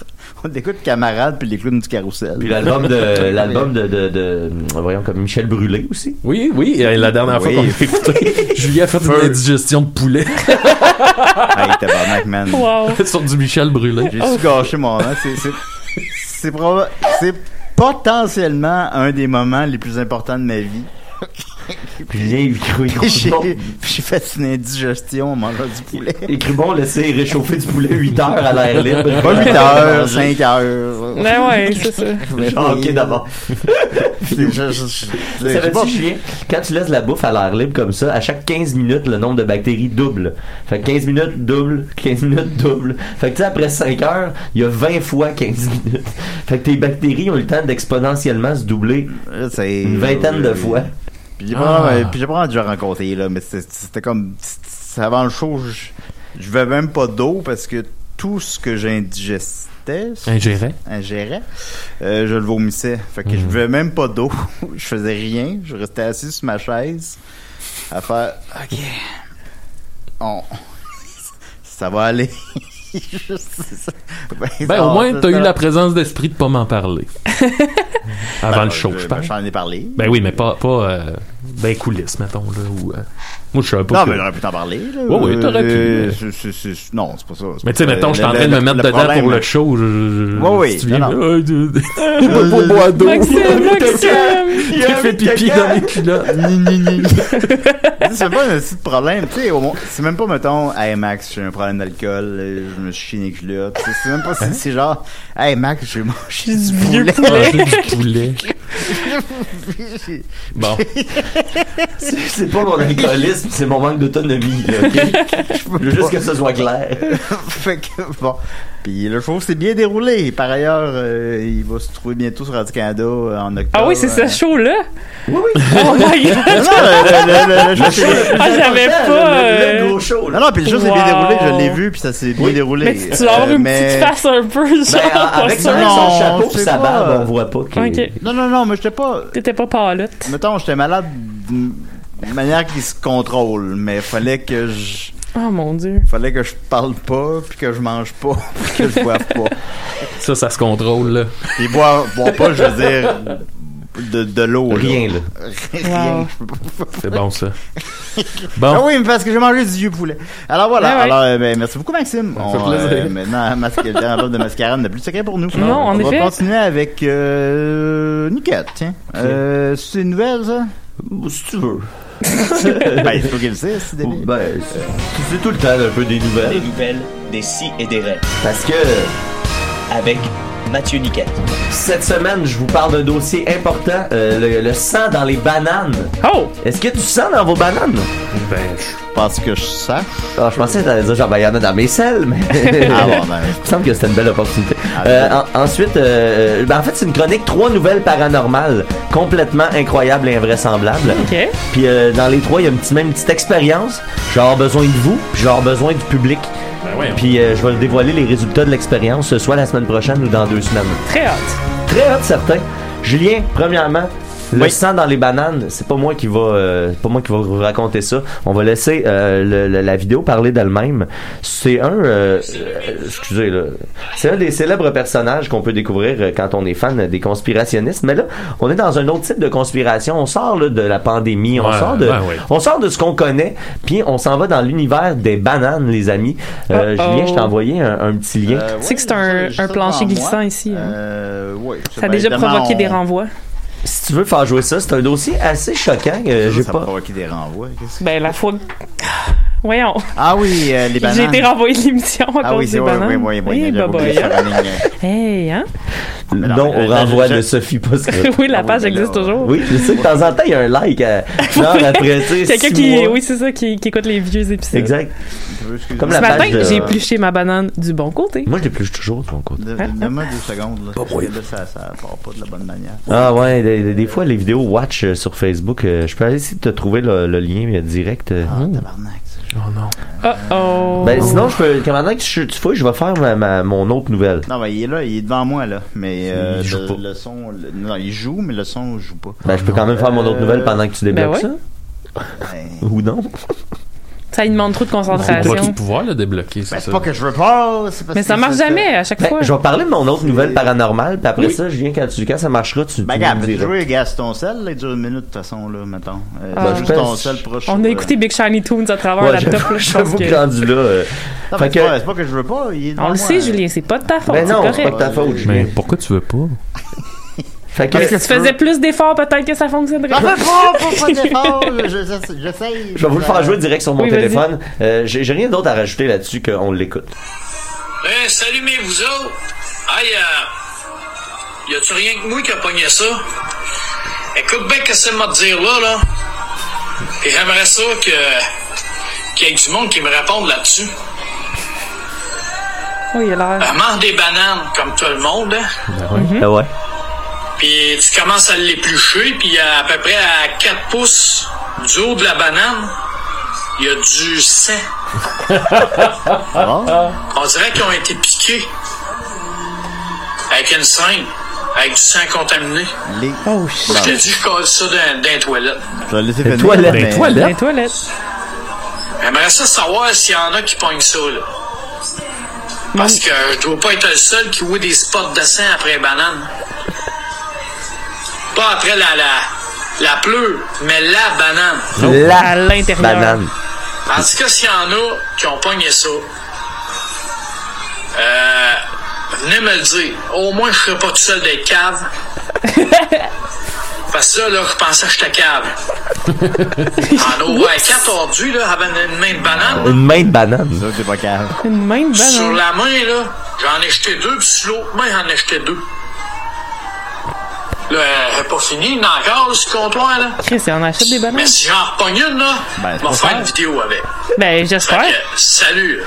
Speaker 1: On écoute camarades puis les clowns du carrousel.
Speaker 4: Puis l'album de, l'album de, de, de- voyons, comme Michel Brûlé aussi.
Speaker 3: Oui, oui, et la dernière fois
Speaker 1: Oui.
Speaker 3: qu'on [LAUGHS] l'a écouté, Julie a fait une indigestion de poulet
Speaker 1: [LAUGHS]
Speaker 3: [LAUGHS]
Speaker 1: Hey, tabarnak, man.
Speaker 2: Wow.
Speaker 3: sur du Michel Brûlé.
Speaker 1: [LAUGHS] J'ai su gâché mon moment. C'est, c'est, c'est, proba- c'est potentiellement un des moments les plus importants de ma vie.
Speaker 4: Puis il écrit
Speaker 1: J'ai,
Speaker 4: [LAUGHS] bon,
Speaker 1: j'ai fait une indigestion en mangeant du
Speaker 4: [LAUGHS]
Speaker 1: poulet.
Speaker 4: écrit bon, laisser réchauffer du poulet 8 heures à l'air libre.
Speaker 1: Pas 8
Speaker 4: [LAUGHS]
Speaker 1: heures, 5 heures.
Speaker 2: Ouais, Ben ouais, c'est
Speaker 1: [LAUGHS]
Speaker 2: ça.
Speaker 1: Mais
Speaker 4: Ah,
Speaker 1: oui.
Speaker 4: ok, d'abord.
Speaker 1: Je- je- je- je-
Speaker 4: Ça
Speaker 1: je-
Speaker 4: veut
Speaker 1: bon,
Speaker 4: dire chien, quand tu laisses la bouffe à l'air libre comme ça, à chaque 15 minutes, le nombre de bactéries double. Fait que 15 minutes double, 15 minutes double. Fait que tu sais, après 5 heures, il y a 20 fois 15 minutes. Fait que tes bactéries ont le temps d'exponentiellement se doubler
Speaker 1: c'est-
Speaker 4: une vingtaine de fois.
Speaker 1: euh, Puis j'ai pas,
Speaker 3: Ah.
Speaker 1: euh, puis j'ai pas rendu à rencontrer, là, mais c'était- c'était comme. c'est Avant le show, je- je buvais même pas d'eau parce que tout ce que j'indigestais,
Speaker 3: Ingéré.
Speaker 1: ingérais, euh, je le vomissais. Fait que je
Speaker 3: Mhm.
Speaker 1: buvais même pas d'eau. [LAUGHS] je faisais rien. Je restais assis sur ma chaise à faire OK. On. [LAUGHS] ça va aller. [LAUGHS] Je sais ça.
Speaker 3: Ben,
Speaker 1: ça-
Speaker 3: au moins, t'as
Speaker 1: Ah, ça-
Speaker 3: eu la présence d'esprit de pas m'en parler. Avant le show,
Speaker 1: Ben,
Speaker 3: je parle.
Speaker 1: J'en ai parlé.
Speaker 3: Ben oui, mais pas, pas euh, dans les coulisses, mettons, là, ou... euh, Moi, je savais pas
Speaker 1: Non,
Speaker 3: que-
Speaker 1: mais j'aurais pu t'en parler. Là.
Speaker 3: Ouais, ouais, t'aurais pu,
Speaker 1: Euh,
Speaker 3: mais-
Speaker 1: c'est- c'est- c'est- Non, c'est pas ça.
Speaker 3: Mais tu sais, mettons, je suis en train de me mettre dedans pour le show. Je, je, je-
Speaker 1: Ouais,
Speaker 3: si
Speaker 1: oui,
Speaker 3: tu viens,
Speaker 1: non, non.
Speaker 3: là, [LAUGHS] euh,
Speaker 2: [LAUGHS]
Speaker 3: je peux pas boire d'eau. [LAUGHS]
Speaker 2: Maxime, Maxime.
Speaker 3: J'ai fait pipi dans mes culottes.
Speaker 1: Ni, ni, ni. c'est pas un petit problème. Tu sais, au moins, c'est même pas, mettons, hey Max, j'ai un problème d'alcool, euh, je me suis chiné que là. Tu sais, C'est même pas si c'est genre, hey Max, j'ai mangé du
Speaker 2: Hein? vieux
Speaker 1: poulet.
Speaker 2: poulet.
Speaker 3: [LAUGHS] Manger du poulet. Bon.
Speaker 4: C'est c'est pas mon alcoolisme, c'est mon manque d'autonomie. là, [LAUGHS] ok? Je veux juste que ce soit clair.
Speaker 1: [LAUGHS] fait que, bon. Puis le show s'est bien déroulé. Par ailleurs, euh, il va se trouver bientôt sur Radio-Canada euh, en octobre.
Speaker 2: Ah oui, c'est ce
Speaker 1: Euh,
Speaker 2: show-là?
Speaker 4: Oui, oui.
Speaker 2: Oh my god!
Speaker 1: [LAUGHS] Non, non, le- le- le- le show s'est-
Speaker 2: Ah, j'avais
Speaker 4: Attends,
Speaker 2: pas,
Speaker 4: le- le-
Speaker 2: euh,
Speaker 4: le gros show, là.
Speaker 1: Non, non, puis le show s'est bien
Speaker 2: Wow.
Speaker 1: déroulé, je l'ai vu, puis ça s'est bien déroulé.
Speaker 2: Mais tu dois avoir
Speaker 1: Euh,
Speaker 2: une
Speaker 1: mais-
Speaker 2: petite face un peu, genre,
Speaker 4: Ben, avec
Speaker 2: pas
Speaker 4: son,
Speaker 1: ça,
Speaker 2: sûre.
Speaker 1: non,
Speaker 4: son chapeau
Speaker 1: c'est
Speaker 4: et sa
Speaker 1: pas-
Speaker 4: barbe, on voit pas qu'il
Speaker 2: Ok.
Speaker 1: Non, non, non, mais j'étais pas.
Speaker 2: T'étais pas palotte.
Speaker 1: Mettons, j'étais malade d'une manière qui se contrôle, mais fallait que je.
Speaker 2: Oh mon dieu.
Speaker 1: Fallait que je parle pas, puis que je mange pas, [LAUGHS] puis que je boive pas.
Speaker 3: Ça, ça se contrôle, là.
Speaker 1: Et boire, boire pas, je veux dire, de, de l'eau. là.
Speaker 4: rien là.
Speaker 1: [LAUGHS] Rien.
Speaker 2: Wow.
Speaker 1: Je peux pas-
Speaker 3: C'est bon, ça.
Speaker 1: Ah
Speaker 3: Bon.
Speaker 1: oui, mais parce que j'ai mangé du vieux poulet. Alors voilà,
Speaker 2: Ah ouais.
Speaker 1: alors euh, ben, merci beaucoup Maxime.
Speaker 3: Ça fait
Speaker 1: On, euh,
Speaker 3: plaisir.
Speaker 1: maintenant, masque, le dernier album de Mascarade n'a plus de secret pour nous.
Speaker 2: Non, en
Speaker 1: on
Speaker 2: effet.
Speaker 1: va continuer avec euh, Niquette, tiens. Euh, c'est une nouvelle,
Speaker 3: [LAUGHS]
Speaker 1: ça?
Speaker 4: Si tu veux.
Speaker 1: ben, il faut qu'il le sait, c'est débile.
Speaker 4: Ben, c'est- c'est tout le temps un peu des nouvelles.
Speaker 7: Des nouvelles, des si et des rêves.
Speaker 4: Parce que
Speaker 7: Avec Mathieu Niquette.
Speaker 4: cette semaine, je vous parle d'un dossier important, euh, le, le sang dans les bananes.
Speaker 2: Oh!
Speaker 4: Est-ce qu'il y a du sang dans vos bananes?
Speaker 3: Ben,
Speaker 1: Parce que je
Speaker 3: [LAUGHS]
Speaker 1: sache.
Speaker 4: Ah, je pensais que t'allais dire, genre, ben, il y en a dans mes selles, [LAUGHS] mais...
Speaker 1: Ah bon, ben,
Speaker 4: Il me semble que c'était une belle opportunité. Euh, en- ensuite, euh, ben, en fait, c'est une chronique trois nouvelles paranormales complètement incroyables et invraisemblables.
Speaker 2: Ok.
Speaker 4: Puis euh, dans les trois, il y a une petite, même une petite expérience. Genre besoin de vous, puis genre besoin du public.
Speaker 3: ben ouais.
Speaker 4: Puis euh, je vais dévoiler les résultats de l'expérience, euh, soit la semaine prochaine ou dans deux semaines.
Speaker 2: Très hâte.
Speaker 4: Très hâte, certain. Julien, premièrement, le
Speaker 1: Oui.
Speaker 4: sang dans les bananes, c'est pas moi qui va, euh, c'est pas moi qui va vous raconter ça. On va laisser euh, le- le- la vidéo parler d'elle-même. C'est un, euh, euh, excusez là, c'est un des célèbres personnages qu'on peut découvrir euh, quand on est fan des conspirationnistes. Mais là, on est dans un autre type de conspiration. On sort là, de la pandémie, on
Speaker 3: Ouais,
Speaker 4: sort de,
Speaker 3: ben oui.
Speaker 4: on sort de ce qu'on connaît, puis on s'en va dans l'univers des bananes, les amis. Euh,
Speaker 2: Uh-oh.
Speaker 4: Julien, je t'ai envoyé un, un petit lien.
Speaker 1: Euh,
Speaker 2: Tu sais que c'est
Speaker 1: ouais,
Speaker 2: un-
Speaker 1: j'ai ça
Speaker 2: un plancher
Speaker 1: devant moi.
Speaker 2: glissant ici, hein.
Speaker 1: Euh, ouais,
Speaker 2: Ça a déjà
Speaker 1: évidemment,
Speaker 2: provoqué
Speaker 1: on-
Speaker 2: des renvois.
Speaker 4: Si tu veux faire jouer ça, c'est un dossier assez choquant. euh, j'ai
Speaker 1: Ça a
Speaker 4: pas.
Speaker 1: provoqué des renvois. qu'est-ce que-
Speaker 2: Ben, la fois. Voyons.
Speaker 1: Ah oui, euh, les bananes.
Speaker 2: J'ai été renvoyé de l'émission à
Speaker 1: Ah
Speaker 2: cause
Speaker 1: oui, c'est
Speaker 2: des
Speaker 1: oui,
Speaker 2: bananes.
Speaker 1: oui, oui, oui,
Speaker 2: Eh,
Speaker 1: j'avais
Speaker 2: bah,
Speaker 1: oublié
Speaker 2: bah,
Speaker 1: de faire en ligne.
Speaker 2: Hey, hein?
Speaker 1: Mais non,
Speaker 4: Non,
Speaker 1: euh,
Speaker 4: au
Speaker 1: la-
Speaker 4: renvoi
Speaker 1: je-
Speaker 4: de Sophie Posca.
Speaker 2: [LAUGHS] oui, la
Speaker 1: Ah oui,
Speaker 2: page
Speaker 1: mais là,
Speaker 2: existe toujours.
Speaker 4: Oui, je sais que de temps en temps, il y a un like à, genre après, tu sais,
Speaker 2: Quelqu'un
Speaker 4: six
Speaker 2: qui,
Speaker 4: mois.
Speaker 2: oui, c'est ça, qui, qui écoute les vieux épisodes.
Speaker 4: Exact.
Speaker 1: Excuse-moi.
Speaker 4: Comme
Speaker 2: Ce
Speaker 4: la
Speaker 2: matin,
Speaker 4: page de-
Speaker 1: euh,
Speaker 2: j'ai épluché ma banane du bon côté.
Speaker 4: Moi, je l'épluche toujours de mon côté.
Speaker 1: De-
Speaker 2: Hein?
Speaker 1: de- Donne-moi deux secondes. Là,
Speaker 3: Pas pour rien.
Speaker 1: Là, ça, ça part pas de la bonne manière.
Speaker 4: Ah ouais, des, des- des fois, les vidéos Watch euh, sur Facebook, euh, je peux aller essayer de te trouver le, le lien euh, direct. euh.
Speaker 1: Ah, tabarnak. ça.
Speaker 3: Oh non.
Speaker 2: Oh oh.
Speaker 4: Ben, sinon, je peux, quand maintenant que tu, tu fouilles, je vais faire ma, ma- mon autre nouvelle.
Speaker 1: Non, ben, il est là, il est devant moi, là. Mais euh,
Speaker 4: Il joue
Speaker 1: le,
Speaker 4: pas.
Speaker 1: le son. le- non, il joue, mais le son joue pas.
Speaker 4: Ben, je peux quand même faire mon autre
Speaker 1: Euh,
Speaker 4: nouvelle pendant que tu
Speaker 2: Ben
Speaker 4: débloques
Speaker 2: ouais.
Speaker 4: ça.
Speaker 1: Ben,
Speaker 4: Ou non?
Speaker 2: Ça il demande trop de
Speaker 3: C'est pour
Speaker 2: concentration.
Speaker 3: pouvoir le débloquer, c'est
Speaker 1: ben, c'est
Speaker 3: ça.
Speaker 1: pas que je veux pas. c'est parce
Speaker 2: Mais
Speaker 1: que
Speaker 2: ça marche
Speaker 1: c'est-
Speaker 2: jamais à chaque
Speaker 4: Ben,
Speaker 2: fois.
Speaker 4: je vais parler de mon autre nouvelle paranormale, puis après
Speaker 3: Oui.
Speaker 4: ça, je viens quand, tu, quand ça marchera, tu, tu
Speaker 1: Ben,
Speaker 4: me
Speaker 1: regarde,
Speaker 4: diras.
Speaker 1: tu jouer Gaston Sel, là, il dure une minute, de toute façon, là, mettons. Euh,
Speaker 2: Ah.
Speaker 1: juste
Speaker 4: Ben,
Speaker 1: ton
Speaker 4: je-
Speaker 1: sel proche.
Speaker 2: On a
Speaker 1: euh,
Speaker 2: écouté Big Shiny Toons à travers
Speaker 4: Ouais,
Speaker 2: la top.
Speaker 4: j'avoue- j'avoue que rendu là. euh,
Speaker 1: Non,
Speaker 4: Fait
Speaker 1: mais c'est
Speaker 4: que-
Speaker 1: pas, c'est pas que je veux pas. Il est devant
Speaker 2: On le
Speaker 1: moi,
Speaker 2: sait,
Speaker 1: euh,
Speaker 2: Julien, c'est pas de ta faute.
Speaker 4: Ben
Speaker 2: c'est
Speaker 4: non, c'est pas de
Speaker 2: correct.
Speaker 4: ta faute,
Speaker 3: Mais
Speaker 4: Julien.
Speaker 3: pourquoi tu veux pas?
Speaker 1: Ben,
Speaker 4: Fait que,
Speaker 2: Parce que tu faisais plus d'efforts, peut-être que ça fonctionnerait.
Speaker 1: J'en fais pas, faut pas
Speaker 4: [LAUGHS]
Speaker 1: d'effort, je- je- j'essaye.
Speaker 4: je vais vous le faire jouer direct sur mon
Speaker 2: Oui, vas-y.
Speaker 4: téléphone. Euh, J'ai j'ai rien d'autre à rajouter là-dessus qu'on l'écoute.
Speaker 6: Ben, salut mes vous autres! Aïe, euh, y a-tu rien que moi qui a pogné ça? Écoute bien qu'est-ce que ça m'a dire là, là. Puis j'aimerais ça que. qu'il y ait du monde qui me réponde là-dessus.
Speaker 2: Oui, Oh, il a l'air.
Speaker 6: Elle mange des bananes, comme tout le monde, hein.
Speaker 2: Mhm.
Speaker 4: Ah ouais.
Speaker 6: Puis tu commences à l'éplucher, puis à, à peu près à 4 pouces du haut de la banane, il y a du sang. On dirait qu'ils ont été piqués avec une scène, avec du sang contaminé.
Speaker 1: Les...
Speaker 2: Oh shit.
Speaker 6: Je te dis, je colle ça dans, dans les toilettes.
Speaker 1: Je vais le laisser finir.
Speaker 4: toilettes,
Speaker 1: mais-
Speaker 4: les
Speaker 2: Dans les toilettes.
Speaker 6: J'aimerais ça savoir s'il y en a qui pognent ça, là. Parce que je dois pas être le seul qui voit des spots de sang après les bananes. Pas après la, la, la pleure, mais la banane.
Speaker 4: La
Speaker 2: À l'intérieur.
Speaker 4: banane.
Speaker 6: En tout cas, s'il y en a qui ont pogné ça, euh, venez me le dire. Au moins, je serai pas tout seul des caves. Parce que là, là, je pensais que j'étais cave. En a ouvert quatre ordus, là, avec une main de banane. là.
Speaker 4: Une main de banane.
Speaker 1: Ça, t'es pas calme.
Speaker 2: Une main de
Speaker 1: Ben
Speaker 6: Sur
Speaker 2: banane.
Speaker 6: la main, là, j'en ai jeté deux, puis sur l'autre main, j'en ai jeté deux. Là, elle est pas fini, il y en a encore, là, ce comptoir, là.
Speaker 2: Chris, on achète des bananes.
Speaker 6: Mais si j'en repogne une, là,
Speaker 1: Ben,
Speaker 6: je vais
Speaker 1: c'est
Speaker 6: faire
Speaker 1: ça.
Speaker 6: une vidéo avec.
Speaker 2: Ben, j'espère.
Speaker 6: Fait que, salut!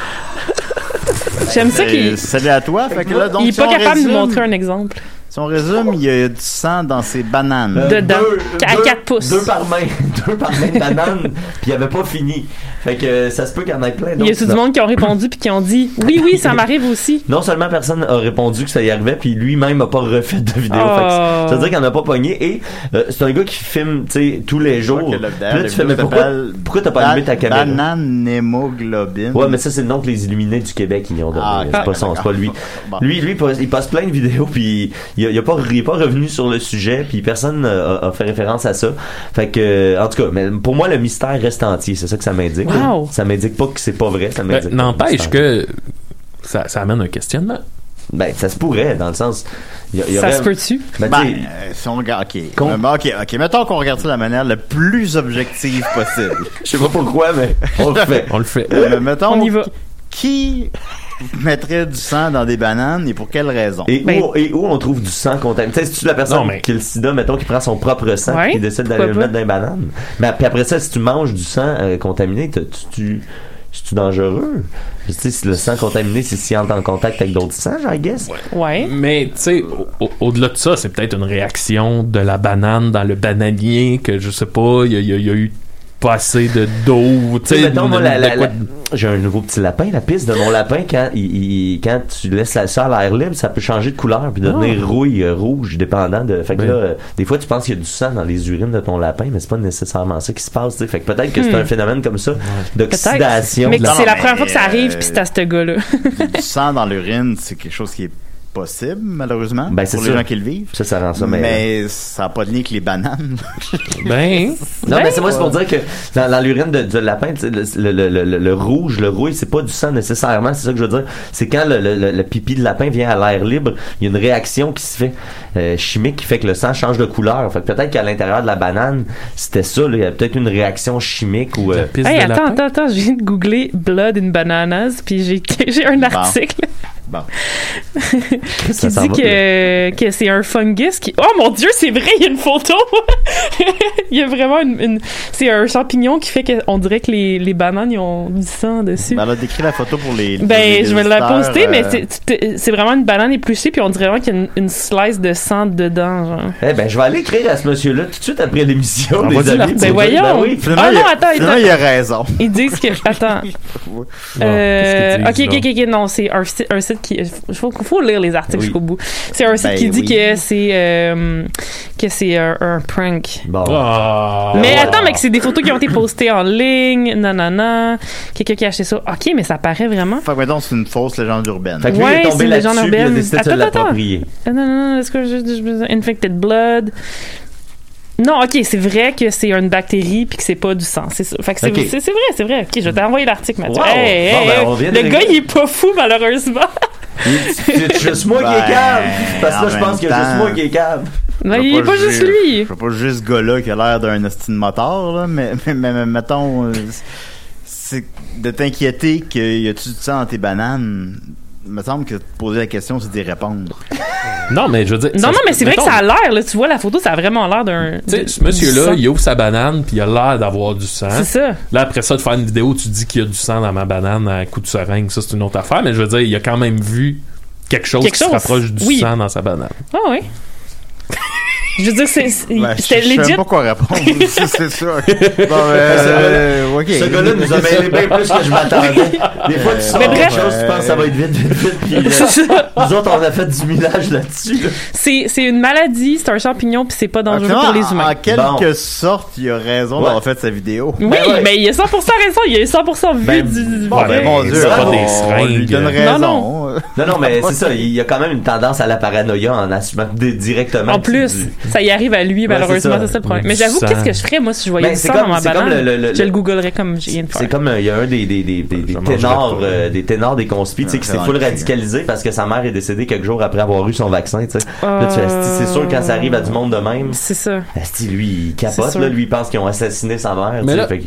Speaker 2: J'aime ça qu'il.
Speaker 1: Euh, Salut à toi. Fait que là, donc,
Speaker 2: il est
Speaker 1: si
Speaker 2: pas
Speaker 1: on
Speaker 2: capable de
Speaker 1: résume-
Speaker 2: nous montrer un exemple.
Speaker 1: Si on résume, il y a du sang dans ses bananes.
Speaker 2: Euh, Dedans.
Speaker 4: Deux-
Speaker 2: À
Speaker 4: deux-
Speaker 2: quatre pouces.
Speaker 4: Deux par main. [LAUGHS] Deux par main de banane. Puis il avait pas fini. Fait que euh, ça se peut qu'il y en ait plein
Speaker 2: Il y a
Speaker 4: d'autres.
Speaker 2: tout du monde qui ont répondu puis qui ont dit Oui, oui, ça m'arrive aussi.
Speaker 4: Non seulement personne a répondu que ça y arrivait, puis lui-même a pas refait de vidéo.
Speaker 2: Oh.
Speaker 4: Fait que ça ça veut dire qu'il en a pas pogné. Et euh, c'est un gars qui filme, tu sais, tous les jours.
Speaker 1: que le-
Speaker 4: Puis là,
Speaker 1: le
Speaker 4: tu fais, mais
Speaker 1: vidéo
Speaker 4: pourquoi,
Speaker 1: s'appelle
Speaker 4: pourquoi t'as pas allumé ta caméra?
Speaker 1: Banane hémoglobine.
Speaker 4: Ouais, mais ça, c'est le nom que les illuminés du Québec ils lui ont donné.
Speaker 1: Ah,
Speaker 4: c'est pas
Speaker 1: ok,
Speaker 4: son, c'est pas
Speaker 1: d'accord.
Speaker 4: lui.
Speaker 1: Bon.
Speaker 4: Lui, lui, il passe- il passe plein de vidéos, puis il, a- il a pas, il est pas revenu sur le sujet, puis personne euh, a, a fait référence à ça. Fait que, euh, en tout cas, mais pour moi, le mystère reste entier. C'est ça que ça m'indique.
Speaker 2: Wow.
Speaker 4: Ça m'indique pas que c'est pas vrai. Ça
Speaker 3: Ben,
Speaker 4: m'indique. pas le
Speaker 3: N'empêche
Speaker 4: mystère.
Speaker 3: que ça, ça amène un questionnement.
Speaker 4: Ben, ça se pourrait, dans le sens. il y a- il y
Speaker 2: Ça
Speaker 4: aurait-
Speaker 2: se peut-tu
Speaker 4: Ben, tu sais,
Speaker 1: Ben, euh, si on regarde, ok.
Speaker 4: Con-
Speaker 1: Euh, ben, ok, ok. Mettons qu'on regarde ça de la manière la plus objective possible.
Speaker 4: Je sais pas pourquoi, mais [LAUGHS] on le fait.
Speaker 3: On le fait.
Speaker 1: Euh, mettons,
Speaker 2: On y va.
Speaker 1: qui mettrait du sang dans des bananes et pour quelle raison?
Speaker 4: [LAUGHS] Et,
Speaker 2: Ben-
Speaker 4: où, et où on trouve du sang contaminé? Tu sais, si tu la personne
Speaker 3: Non, mais-
Speaker 4: qui a le sida, mettons, qui prend son propre sang
Speaker 2: Ouais,
Speaker 4: et qui décide d'aller
Speaker 2: pourquoi
Speaker 4: le
Speaker 2: pas?
Speaker 4: mettre dans les bananes. Ben, puis après ça, si tu manges du sang euh, contaminé, t'as- tu, tu, c'est-tu dangereux? Tu sais, si le sang contaminé, c'est s'il entre en contact avec d'autres sangs, I guess.
Speaker 2: Ouais.
Speaker 3: Mais, tu sais, au- au- au-delà de ça, c'est peut-être une réaction de la banane dans le bananier que, je sais pas, il y, a- il y a- il y a eu pas assez de d'eau, tu
Speaker 4: Tu sais,
Speaker 3: sais.
Speaker 4: mettons, moi,
Speaker 3: de-
Speaker 4: la-
Speaker 3: de
Speaker 4: la-
Speaker 3: quoi-
Speaker 4: la- j'ai un nouveau petit lapin. La piste de mon lapin, quand, il, il- quand tu laisses la- ça à l'air libre, ça peut changer de couleur puis devenir rouille, euh, rouge, dépendant de. Fait que
Speaker 3: Ben.
Speaker 4: là, euh, des fois, tu penses qu'il y a du sang dans les urines de ton lapin, mais c'est pas nécessairement ça qui se passe. tu sais. Fait que peut-être que c'est un phénomène comme ça
Speaker 2: Peut-être.
Speaker 4: d'oxydation.
Speaker 2: Mais
Speaker 4: de la-
Speaker 2: c'est la
Speaker 1: mais,
Speaker 2: première fois que ça arrive
Speaker 1: euh,
Speaker 2: puis c'est à ce gars-là.
Speaker 1: [LAUGHS] du sang dans l'urine, c'est quelque chose qui est possible, malheureusement,
Speaker 4: Ben, c'est
Speaker 1: pour les
Speaker 4: sûr.
Speaker 1: gens qui le vivent.
Speaker 4: Ça, ça euh, rend ça meilleur.
Speaker 1: mais ça n'a pas de lien avec les bananes. [LAUGHS]
Speaker 3: Ben,
Speaker 4: Non,
Speaker 2: Ben,
Speaker 4: mais c'est moi, c'est pour dire que dans, dans l'urine de, de lapin, tu sais, le, le- le- le- le rouge, le rouille, c'est pas du sang nécessairement, c'est ça que je veux dire. C'est quand le, le- le- le pipi de lapin vient à l'air libre, il y a une réaction qui se fait euh, chimique qui fait que le sang change de couleur. Fait que peut-être qu'à l'intérieur de la banane, c'était ça, là, il y a peut-être une réaction chimique ou... euh,
Speaker 3: la piste
Speaker 2: Hey,
Speaker 3: de
Speaker 2: attends,
Speaker 3: lapin.
Speaker 2: [LAUGHS] attends, attends, je viens de googler Blood in Bananas puis j'ai j'ai un article
Speaker 1: Bon.
Speaker 2: qui
Speaker 4: Ça s'en
Speaker 2: dit
Speaker 4: va,
Speaker 2: que, que c'est un fungus qui. Oh mon dieu, c'est vrai, il y a une photo! [LAUGHS] il y a vraiment une. une- C'est un champignon qui fait qu'on dirait que les, les bananes, ils ont du sang dessus.
Speaker 1: Ben, elle a décrit la photo pour les.
Speaker 2: Ben,
Speaker 1: les
Speaker 2: je vais la
Speaker 1: visiteurs,
Speaker 2: poster, mais
Speaker 1: euh,
Speaker 2: c'est- Ah, c'est c'est vraiment une banane épluchée, puis on dirait vraiment qu'il y a une, une slice de sang dedans. Genre.
Speaker 4: Eh ben, je vais aller écrire à ce monsieur-là tout de suite après l'émission,
Speaker 1: On
Speaker 4: les
Speaker 1: va-tu
Speaker 4: amis.
Speaker 1: la-
Speaker 4: pour
Speaker 1: Ben
Speaker 4: dire-
Speaker 2: voyons.
Speaker 4: Ben oui.
Speaker 1: Finalement,
Speaker 2: Ah
Speaker 1: il
Speaker 2: non,
Speaker 1: a-
Speaker 2: attends,
Speaker 1: finalement,
Speaker 2: attends.
Speaker 1: il a raison. [LAUGHS]
Speaker 2: Ils disent que. Attends.
Speaker 3: Bon,
Speaker 2: Euh,
Speaker 3: qu'est-ce
Speaker 2: ok,
Speaker 3: qu'ils disent,
Speaker 2: ok, ok, ok, non, c'est un, si- un site qui. Faut, faut lire les articles
Speaker 4: Oui.
Speaker 2: jusqu'au bout. C'est un site
Speaker 1: Ben
Speaker 2: qui dit
Speaker 1: oui.
Speaker 2: que c'est euh, que c'est un, un prank.
Speaker 4: Bon.
Speaker 3: là? Ah.
Speaker 2: Mais
Speaker 4: ouais.
Speaker 2: attends, mais que c'est des photos qui ont été postées en ligne, nanana. Quelqu'un qui a acheté ça. Ok, mais ça paraît vraiment.
Speaker 1: Fait que maintenant, c'est une fausse légende urbaine.
Speaker 4: Fait que lui,
Speaker 2: Ouais,
Speaker 4: il est
Speaker 2: c'est
Speaker 4: tombé
Speaker 2: une légende
Speaker 4: là-dessus, puis il a
Speaker 2: urbaine.
Speaker 4: décidé de se
Speaker 2: Attends, attends.
Speaker 4: l'approprier.
Speaker 2: Ah, Non, non, non, est-ce que je, je- je- Infected blood. Non, ok, c'est vrai que c'est une bactérie puis que c'est pas du sang. C'est ça. Fait que c'est
Speaker 4: Ok.
Speaker 2: c'est- c'est vrai, c'est vrai. Ok, je t'ai envoyé l'article, Mathieu.
Speaker 4: Wow.
Speaker 2: Hey,
Speaker 4: Bon,
Speaker 2: hey,
Speaker 4: ben,
Speaker 2: hey.
Speaker 4: on vient de
Speaker 2: le
Speaker 4: régler.
Speaker 2: gars, il est pas fou, malheureusement.
Speaker 4: C'est juste moi
Speaker 1: [LAUGHS]
Speaker 4: qui
Speaker 1: Ben,
Speaker 4: est calme. Parce que là, je
Speaker 1: en
Speaker 4: pense qu'il y
Speaker 1: même
Speaker 4: a juste
Speaker 1: temps.
Speaker 4: moi qui est calme.
Speaker 2: Non,
Speaker 1: Je
Speaker 2: Ben, il
Speaker 1: veux
Speaker 2: est pas juste
Speaker 1: juger-
Speaker 2: lui.
Speaker 1: Je veux pas juste ce gars-là qui a l'air d'un hostile moteur, là, mais, [LAUGHS] mais, mais- mais mettons, euh, c'est de t'inquiéter qu'il y a-tu du sang dans tes bananes. Il me semble que te poser la question, c'est d'y répondre.
Speaker 3: Non, mais je veux dire.
Speaker 2: Non, non, mais c'est vrai que ça
Speaker 3: mettons,
Speaker 2: a l'air, là. Tu vois la photo, ça a vraiment l'air d'un.
Speaker 3: tu sais,
Speaker 2: de-
Speaker 3: ce
Speaker 2: du
Speaker 3: monsieur-là,
Speaker 2: sang.
Speaker 3: il ouvre sa banane, puis il a l'air d'avoir du sang.
Speaker 2: C'est ça.
Speaker 3: Là, après ça, de faire une vidéo où tu dis qu'il y a du sang dans ma banane à coup de seringue, ça, c'est une autre affaire, mais je veux dire, il a quand même vu quelque chose
Speaker 2: Quelque
Speaker 3: qui se
Speaker 2: chose.
Speaker 3: rapproche du
Speaker 2: Oui.
Speaker 3: sang dans sa banane.
Speaker 2: Ah oui. Je veux dire, c'est. c'est-
Speaker 1: Ben, je
Speaker 2: C'était
Speaker 1: je sais même
Speaker 2: legit.
Speaker 1: pas quoi
Speaker 4: [LAUGHS]
Speaker 1: répondre. [LAUGHS] c'est c'est sûr. Bon, ben, euh, ok.
Speaker 4: Ce gars-là nous a mêlé bien plus que je m'attendais. Des fois, tu sors
Speaker 2: Mais
Speaker 4: quelque
Speaker 2: bref.
Speaker 4: chose, tu penses que ça va être vite, vite, vite. Puis euh,
Speaker 2: [LAUGHS] C'est ça.
Speaker 4: nous autres, on a fait du millage là-dessus. là.
Speaker 2: C'est c'est une maladie, c'est un champignon, puis c'est pas dangereux
Speaker 1: Ah,
Speaker 2: pour les
Speaker 1: en-
Speaker 2: humains.
Speaker 1: En quelque
Speaker 4: Bon.
Speaker 1: sorte, il a raison
Speaker 4: Ouais.
Speaker 1: d'avoir fait sa vidéo.
Speaker 2: Oui,
Speaker 4: Ben ouais.
Speaker 2: mais il a 100% raison, il a 100% vu
Speaker 4: Ben,
Speaker 2: du. du
Speaker 1: Bon,
Speaker 2: vrai.
Speaker 1: ben, mon Dieu,
Speaker 4: c'est pas
Speaker 1: on-
Speaker 4: des
Speaker 1: on lui
Speaker 3: seringues.
Speaker 1: donne
Speaker 2: Non,
Speaker 1: raison.
Speaker 2: non.
Speaker 4: [LAUGHS] Non, non, mais c'est ça. Il y a quand même une tendance à la paranoïa en assumant d- directement.
Speaker 2: en
Speaker 4: que c'est
Speaker 2: plus,
Speaker 4: du-
Speaker 2: ça y arrive à lui, malheureusement,
Speaker 4: c'est ça.
Speaker 2: c'est ça le problème.
Speaker 3: Du
Speaker 2: Mais j'avoue,
Speaker 3: sang.
Speaker 2: qu'est-ce que je ferais, moi, si je voyais
Speaker 4: Ben,
Speaker 2: du
Speaker 4: c'est
Speaker 2: sang
Speaker 4: comme-
Speaker 2: dans ma
Speaker 4: c'est comme
Speaker 2: banane?
Speaker 4: le- le- le-
Speaker 2: Je le googlerais comme j'ai rien de
Speaker 4: C'est
Speaker 2: faire.
Speaker 4: comme euh, il y a un des, des, des, des, des
Speaker 3: Je mangerai
Speaker 4: ténors,
Speaker 3: pas.
Speaker 4: euh, des ténors des conspires, tu sais, qui
Speaker 1: Ah,
Speaker 4: s'est
Speaker 1: c'est
Speaker 4: full
Speaker 1: vrai.
Speaker 4: radicalisé parce que sa mère est décédée quelques jours après avoir eu son vaccin, tu sais. Là, tu fais, Asti, c'est sûr, quand ça arrive à du monde de même,
Speaker 2: C'est ça.
Speaker 4: Asti, lui, il
Speaker 2: C'est
Speaker 4: capote,
Speaker 2: sûr.
Speaker 4: là, lui, il pense qu'ils ont assassiné sa mère,
Speaker 3: Mais
Speaker 4: tu
Speaker 3: là-
Speaker 4: sais. Fait que-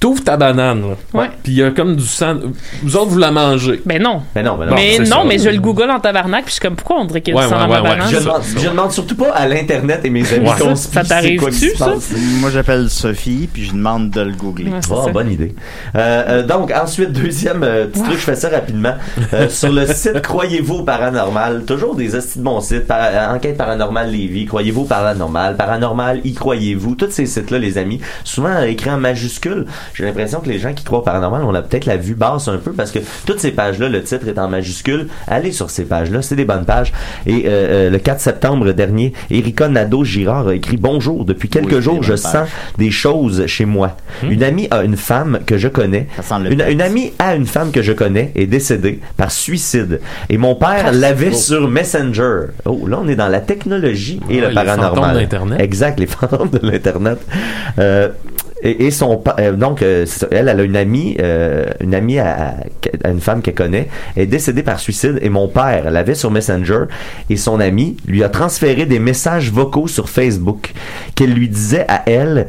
Speaker 3: T'ouvres ta banane, là.
Speaker 2: Ouais.
Speaker 3: Puis il y a comme du sang. Vous autres, vous la mangez.
Speaker 2: Ben non.
Speaker 4: Mais non, mais non.
Speaker 3: Bon,
Speaker 2: mais
Speaker 3: c'est
Speaker 2: non,
Speaker 3: ça.
Speaker 2: mais je le google en tabarnak, puis je suis comme, pourquoi on dirait qu'il y a
Speaker 3: Ouais,
Speaker 2: du sang
Speaker 3: ouais,
Speaker 2: dans
Speaker 3: ouais,
Speaker 2: ma
Speaker 3: ouais,
Speaker 2: banane?
Speaker 4: Je
Speaker 3: ça,
Speaker 4: demande,
Speaker 3: ça.
Speaker 4: je demande surtout pas à l'internet et mes amis
Speaker 3: Ouais.
Speaker 4: conspires,
Speaker 2: Ça, ça
Speaker 4: c'est quoi qui
Speaker 2: t'arrive-tu,
Speaker 4: se
Speaker 2: ça?
Speaker 4: passe.
Speaker 1: Moi, j'appelle Sophie, puis je demande de le googler.
Speaker 2: Ouais, c'est
Speaker 4: Oh,
Speaker 2: ça.
Speaker 4: bonne idée. Euh, euh, donc, ensuite, deuxième euh, petit truc, je fais ça rapidement.
Speaker 2: [LAUGHS]
Speaker 4: Euh, sur le site Croyez-vous au paranormal, toujours des hosties de bons sites, par- euh, Enquête paranormale Lévis, Croyez-vous au paranormal, Paranormal, y croyez-vous, tous ces sites-là, les amis, souvent euh, écrits en majuscule. J'ai l'impression que les gens qui croient au paranormal, on a peut-être la vue basse un peu parce que toutes ces pages-là, le titre est en majuscule. Allez sur ces pages-là, c'est des bonnes pages. Et euh, euh, le 4 septembre dernier, Erika Nadeau-Girard a écrit « Bonjour, depuis quelques
Speaker 1: Oui, c'est
Speaker 4: jours,
Speaker 1: des
Speaker 4: je
Speaker 1: bonnes
Speaker 4: sens
Speaker 1: pages.
Speaker 4: des choses chez moi. Une amie a une femme que je connais.
Speaker 1: Ça sent le
Speaker 4: Une,
Speaker 1: peste.
Speaker 4: une amie à une femme que je connais est décédée par suicide. Et mon
Speaker 1: Ah,
Speaker 4: père l'avait sur Messenger. Oh, là, on est dans la technologie et
Speaker 3: Ouais,
Speaker 4: le
Speaker 3: les
Speaker 4: paranormal.
Speaker 3: fantômes d'Internet.
Speaker 4: Exact, les [LAUGHS] fantômes de l'Internet. Euh, et, et son pa- euh, donc euh, c'est ça, elle elle a une amie euh, une amie à, à- à une femme qu'elle connaît est décédée par suicide et mon père l'avait sur Messenger et son ami lui a transféré des messages vocaux sur Facebook qu'elle lui disait à elle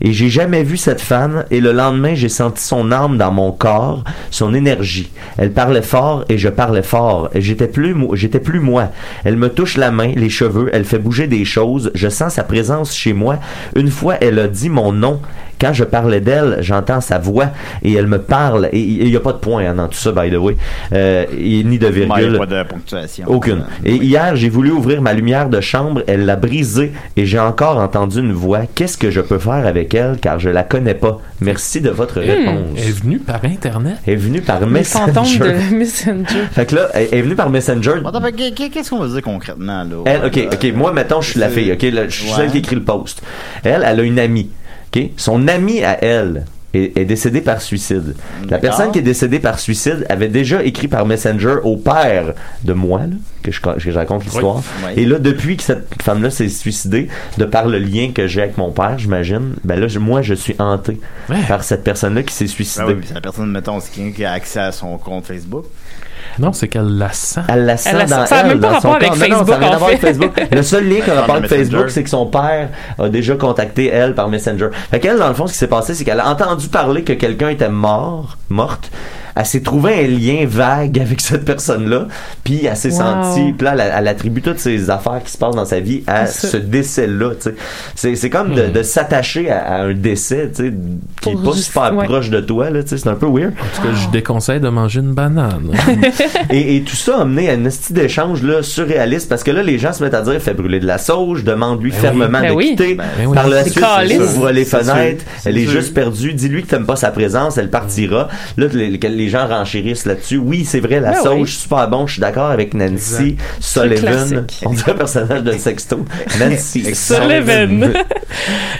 Speaker 4: et j'ai jamais vu cette femme et le lendemain j'ai senti son âme dans mon corps son énergie elle parlait fort et je parlais fort j'étais plus mo- j'étais plus moi elle me touche la main les cheveux elle fait bouger des choses je sens sa présence chez moi une fois elle a dit mon nom quand je parlais d'elle, j'entends sa voix et elle me parle. Et il n'y a pas de point hein, dans tout ça, by the way. Euh, et ni de
Speaker 1: Ouais, il y
Speaker 4: virgule.
Speaker 1: a pas de ponctuation.
Speaker 4: Aucune. Et hier, j'ai voulu ouvrir ma lumière de chambre, elle l'a brisée et j'ai encore entendu une voix. Qu'est-ce que je peux faire avec elle car je la connais pas? Merci de votre réponse.
Speaker 3: Elle est venue par Internet.
Speaker 4: Elle est venue par
Speaker 2: Hmm. Les fantômes
Speaker 4: Messenger.
Speaker 2: de [LAUGHS] Messenger.
Speaker 4: Fait que là, elle est venue par Messenger.
Speaker 1: Attends, mais qu'est- qu'est- qu'est-ce qu'on veut dire concrètement, là?
Speaker 4: Elle, ok, ok, moi, mettons, je suis la
Speaker 1: C'est-
Speaker 4: fille, ok, là, je suis
Speaker 1: Ouais.
Speaker 4: celle qui écrit le post. Elle, elle a une amie, ok? Son amie à elle est, est décédée par suicide. La
Speaker 1: D'accord.
Speaker 4: personne qui est décédée par suicide avait déjà écrit par Messenger au père de moi, là, que, je, que je raconte l'histoire.
Speaker 1: Oui.
Speaker 4: Et là, depuis que cette femme-là s'est suicidée, de par le lien que j'ai avec mon père, j'imagine, ben là, je- moi, je suis hanté
Speaker 3: Ouais.
Speaker 4: par cette personne-là qui s'est
Speaker 1: Ah
Speaker 4: suicidée.
Speaker 1: oui, puis c'est la personne, mettons, c'est quelqu'un qui a accès à son compte Facebook.
Speaker 3: Non, c'est qu'elle la sent.
Speaker 4: Elle la sent
Speaker 2: Elle la sent.
Speaker 4: dans
Speaker 2: Ça a
Speaker 4: elle,
Speaker 2: même pas
Speaker 4: dans son
Speaker 2: rapport avec
Speaker 4: corps. Non, non, ça
Speaker 2: Facebook,
Speaker 4: a rien
Speaker 2: en
Speaker 4: à voir avec
Speaker 2: fait.
Speaker 4: Facebook. Le seul lien qui a
Speaker 1: Par
Speaker 4: rapport avec
Speaker 1: Messenger.
Speaker 4: Facebook, c'est que son père a déjà contacté elle par Messenger. Fait qu'elle, dans le fond, ce qui s'est passé, c'est qu'elle a entendu parler que quelqu'un était mort, morte. elle s'est trouvée un lien vague avec cette personne-là, puis elle s'est
Speaker 2: Wow.
Speaker 4: sentie, puis là, elle, elle attribue toutes ces affaires qui se passent dans sa vie à
Speaker 2: Ça. Hmm.
Speaker 4: ce décès-là, tu sais. C'est- C'est comme de, de s'attacher à, à un décès, tu sais,
Speaker 2: Pour
Speaker 4: qui est pas
Speaker 2: juste-
Speaker 4: super
Speaker 2: ouais.
Speaker 4: proche de toi, là, tu sais, c'est un peu weird.
Speaker 3: Parce que je déconseille de manger une banane.
Speaker 4: [LAUGHS] Et, et tout ça a mené à une esti d'échange là, surréaliste parce que là, les gens se mettent à dire fais brûler de la sauge, demande-lui
Speaker 3: oui.
Speaker 4: fermement
Speaker 2: Ben
Speaker 4: de
Speaker 2: oui.
Speaker 4: quitter.
Speaker 3: Ben oui.
Speaker 4: Par la
Speaker 2: C'est
Speaker 4: suite,
Speaker 2: caliste.
Speaker 4: ouvre les
Speaker 1: C'est sûr.
Speaker 4: fenêtres,
Speaker 1: C'est
Speaker 4: elle est
Speaker 1: sûr.
Speaker 4: juste perdue, dis-lui que t'aimes pas sa présence, elle partira. Là, les, les gens renchérissent là-dessus. Oui, c'est vrai, la
Speaker 2: Ben
Speaker 4: sauge,
Speaker 2: oui.
Speaker 4: super bon, je suis d'accord avec Nancy Sullivan.
Speaker 2: classique.
Speaker 4: On dit un personnage de sexto.
Speaker 2: [LAUGHS]
Speaker 4: Nancy
Speaker 2: Sullivan.
Speaker 4: Euh,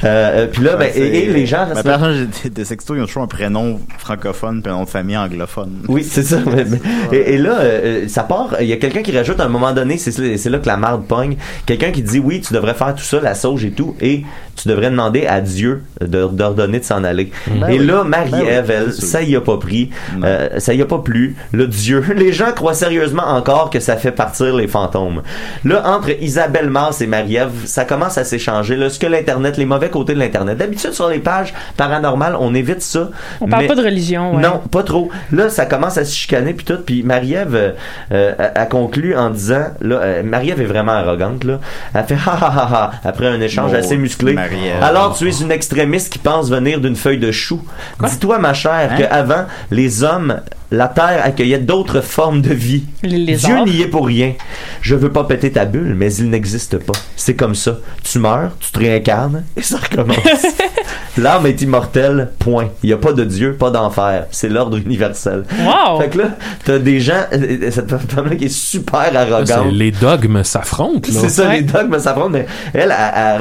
Speaker 4: euh, Puis là, ben,
Speaker 1: Ouais,
Speaker 4: et, et
Speaker 1: c'est-
Speaker 4: les gens
Speaker 1: Ma personne de, de sexto, ils ont toujours un prénom francophone puis un nom de famille anglophone.
Speaker 4: [LAUGHS] Oui, c'est ça. mais- mais- et, et là, euh, euh, ça part. Il y a quelqu'un qui rajoute à un moment donné, c'est c'est là que la marde pogne. Quelqu'un qui dit oui, tu devrais faire tout ça, la sauge et tout, et tu devrais demander à Dieu de- d'ordonner de s'en aller.
Speaker 1: Ben
Speaker 4: et
Speaker 1: oui.
Speaker 4: là, Marie-Ève,
Speaker 1: Ben oui,
Speaker 4: elle,
Speaker 1: c'est sûr.
Speaker 4: ça y a pas pris.
Speaker 1: Non.
Speaker 4: Euh, ça y a pas plu. Le Dieu. [LAUGHS] Les gens croient sérieusement encore que ça fait partir les fantômes. Là, entre Isabelle Mars et Marie-Ève, ça commence à s'échanger. Là, ce que l'Internet, les mauvais côtés de l'Internet. D'habitude, sur les pages paranormales, on évite ça.
Speaker 2: On parle
Speaker 4: mais-
Speaker 2: pas de religion, ouais.
Speaker 4: non, pas trop. Là, ça commence à se chicaner puis tout. Puis Marie-Ève euh, euh, a, a conclu en disant, là, euh, Marie-Ève est vraiment arrogante là. Elle fait [LAUGHS] ha ha ha ha après un échange
Speaker 1: Oh,
Speaker 4: assez musclé.
Speaker 1: Marie-Ève.
Speaker 4: Alors tu es une extrémiste qui pense venir d'une feuille de chou. Dis-toi ma chère que
Speaker 1: Hein?
Speaker 4: avant les hommes la terre accueillait d'autres formes de vie.
Speaker 2: Les lézards.
Speaker 4: Dieu n'y est pour rien. Je veux pas péter ta bulle, mais il n'existe pas. C'est comme ça. Tu meurs, tu te réincarnes et ça recommence.
Speaker 2: [LAUGHS]
Speaker 4: L'âme est immortelle, point. Il n'y a pas de Dieu, pas d'enfer. C'est l'ordre universel.
Speaker 2: Wow!
Speaker 4: Fait que là, t'as des gens, euh, cette femme-là qui est super
Speaker 3: Là, c'est-
Speaker 4: arrogante.
Speaker 3: les dogmes s'affrontent, là.
Speaker 4: C'est ça,
Speaker 2: Ouais.
Speaker 4: les dogmes s'affrontent, mais elle, elle,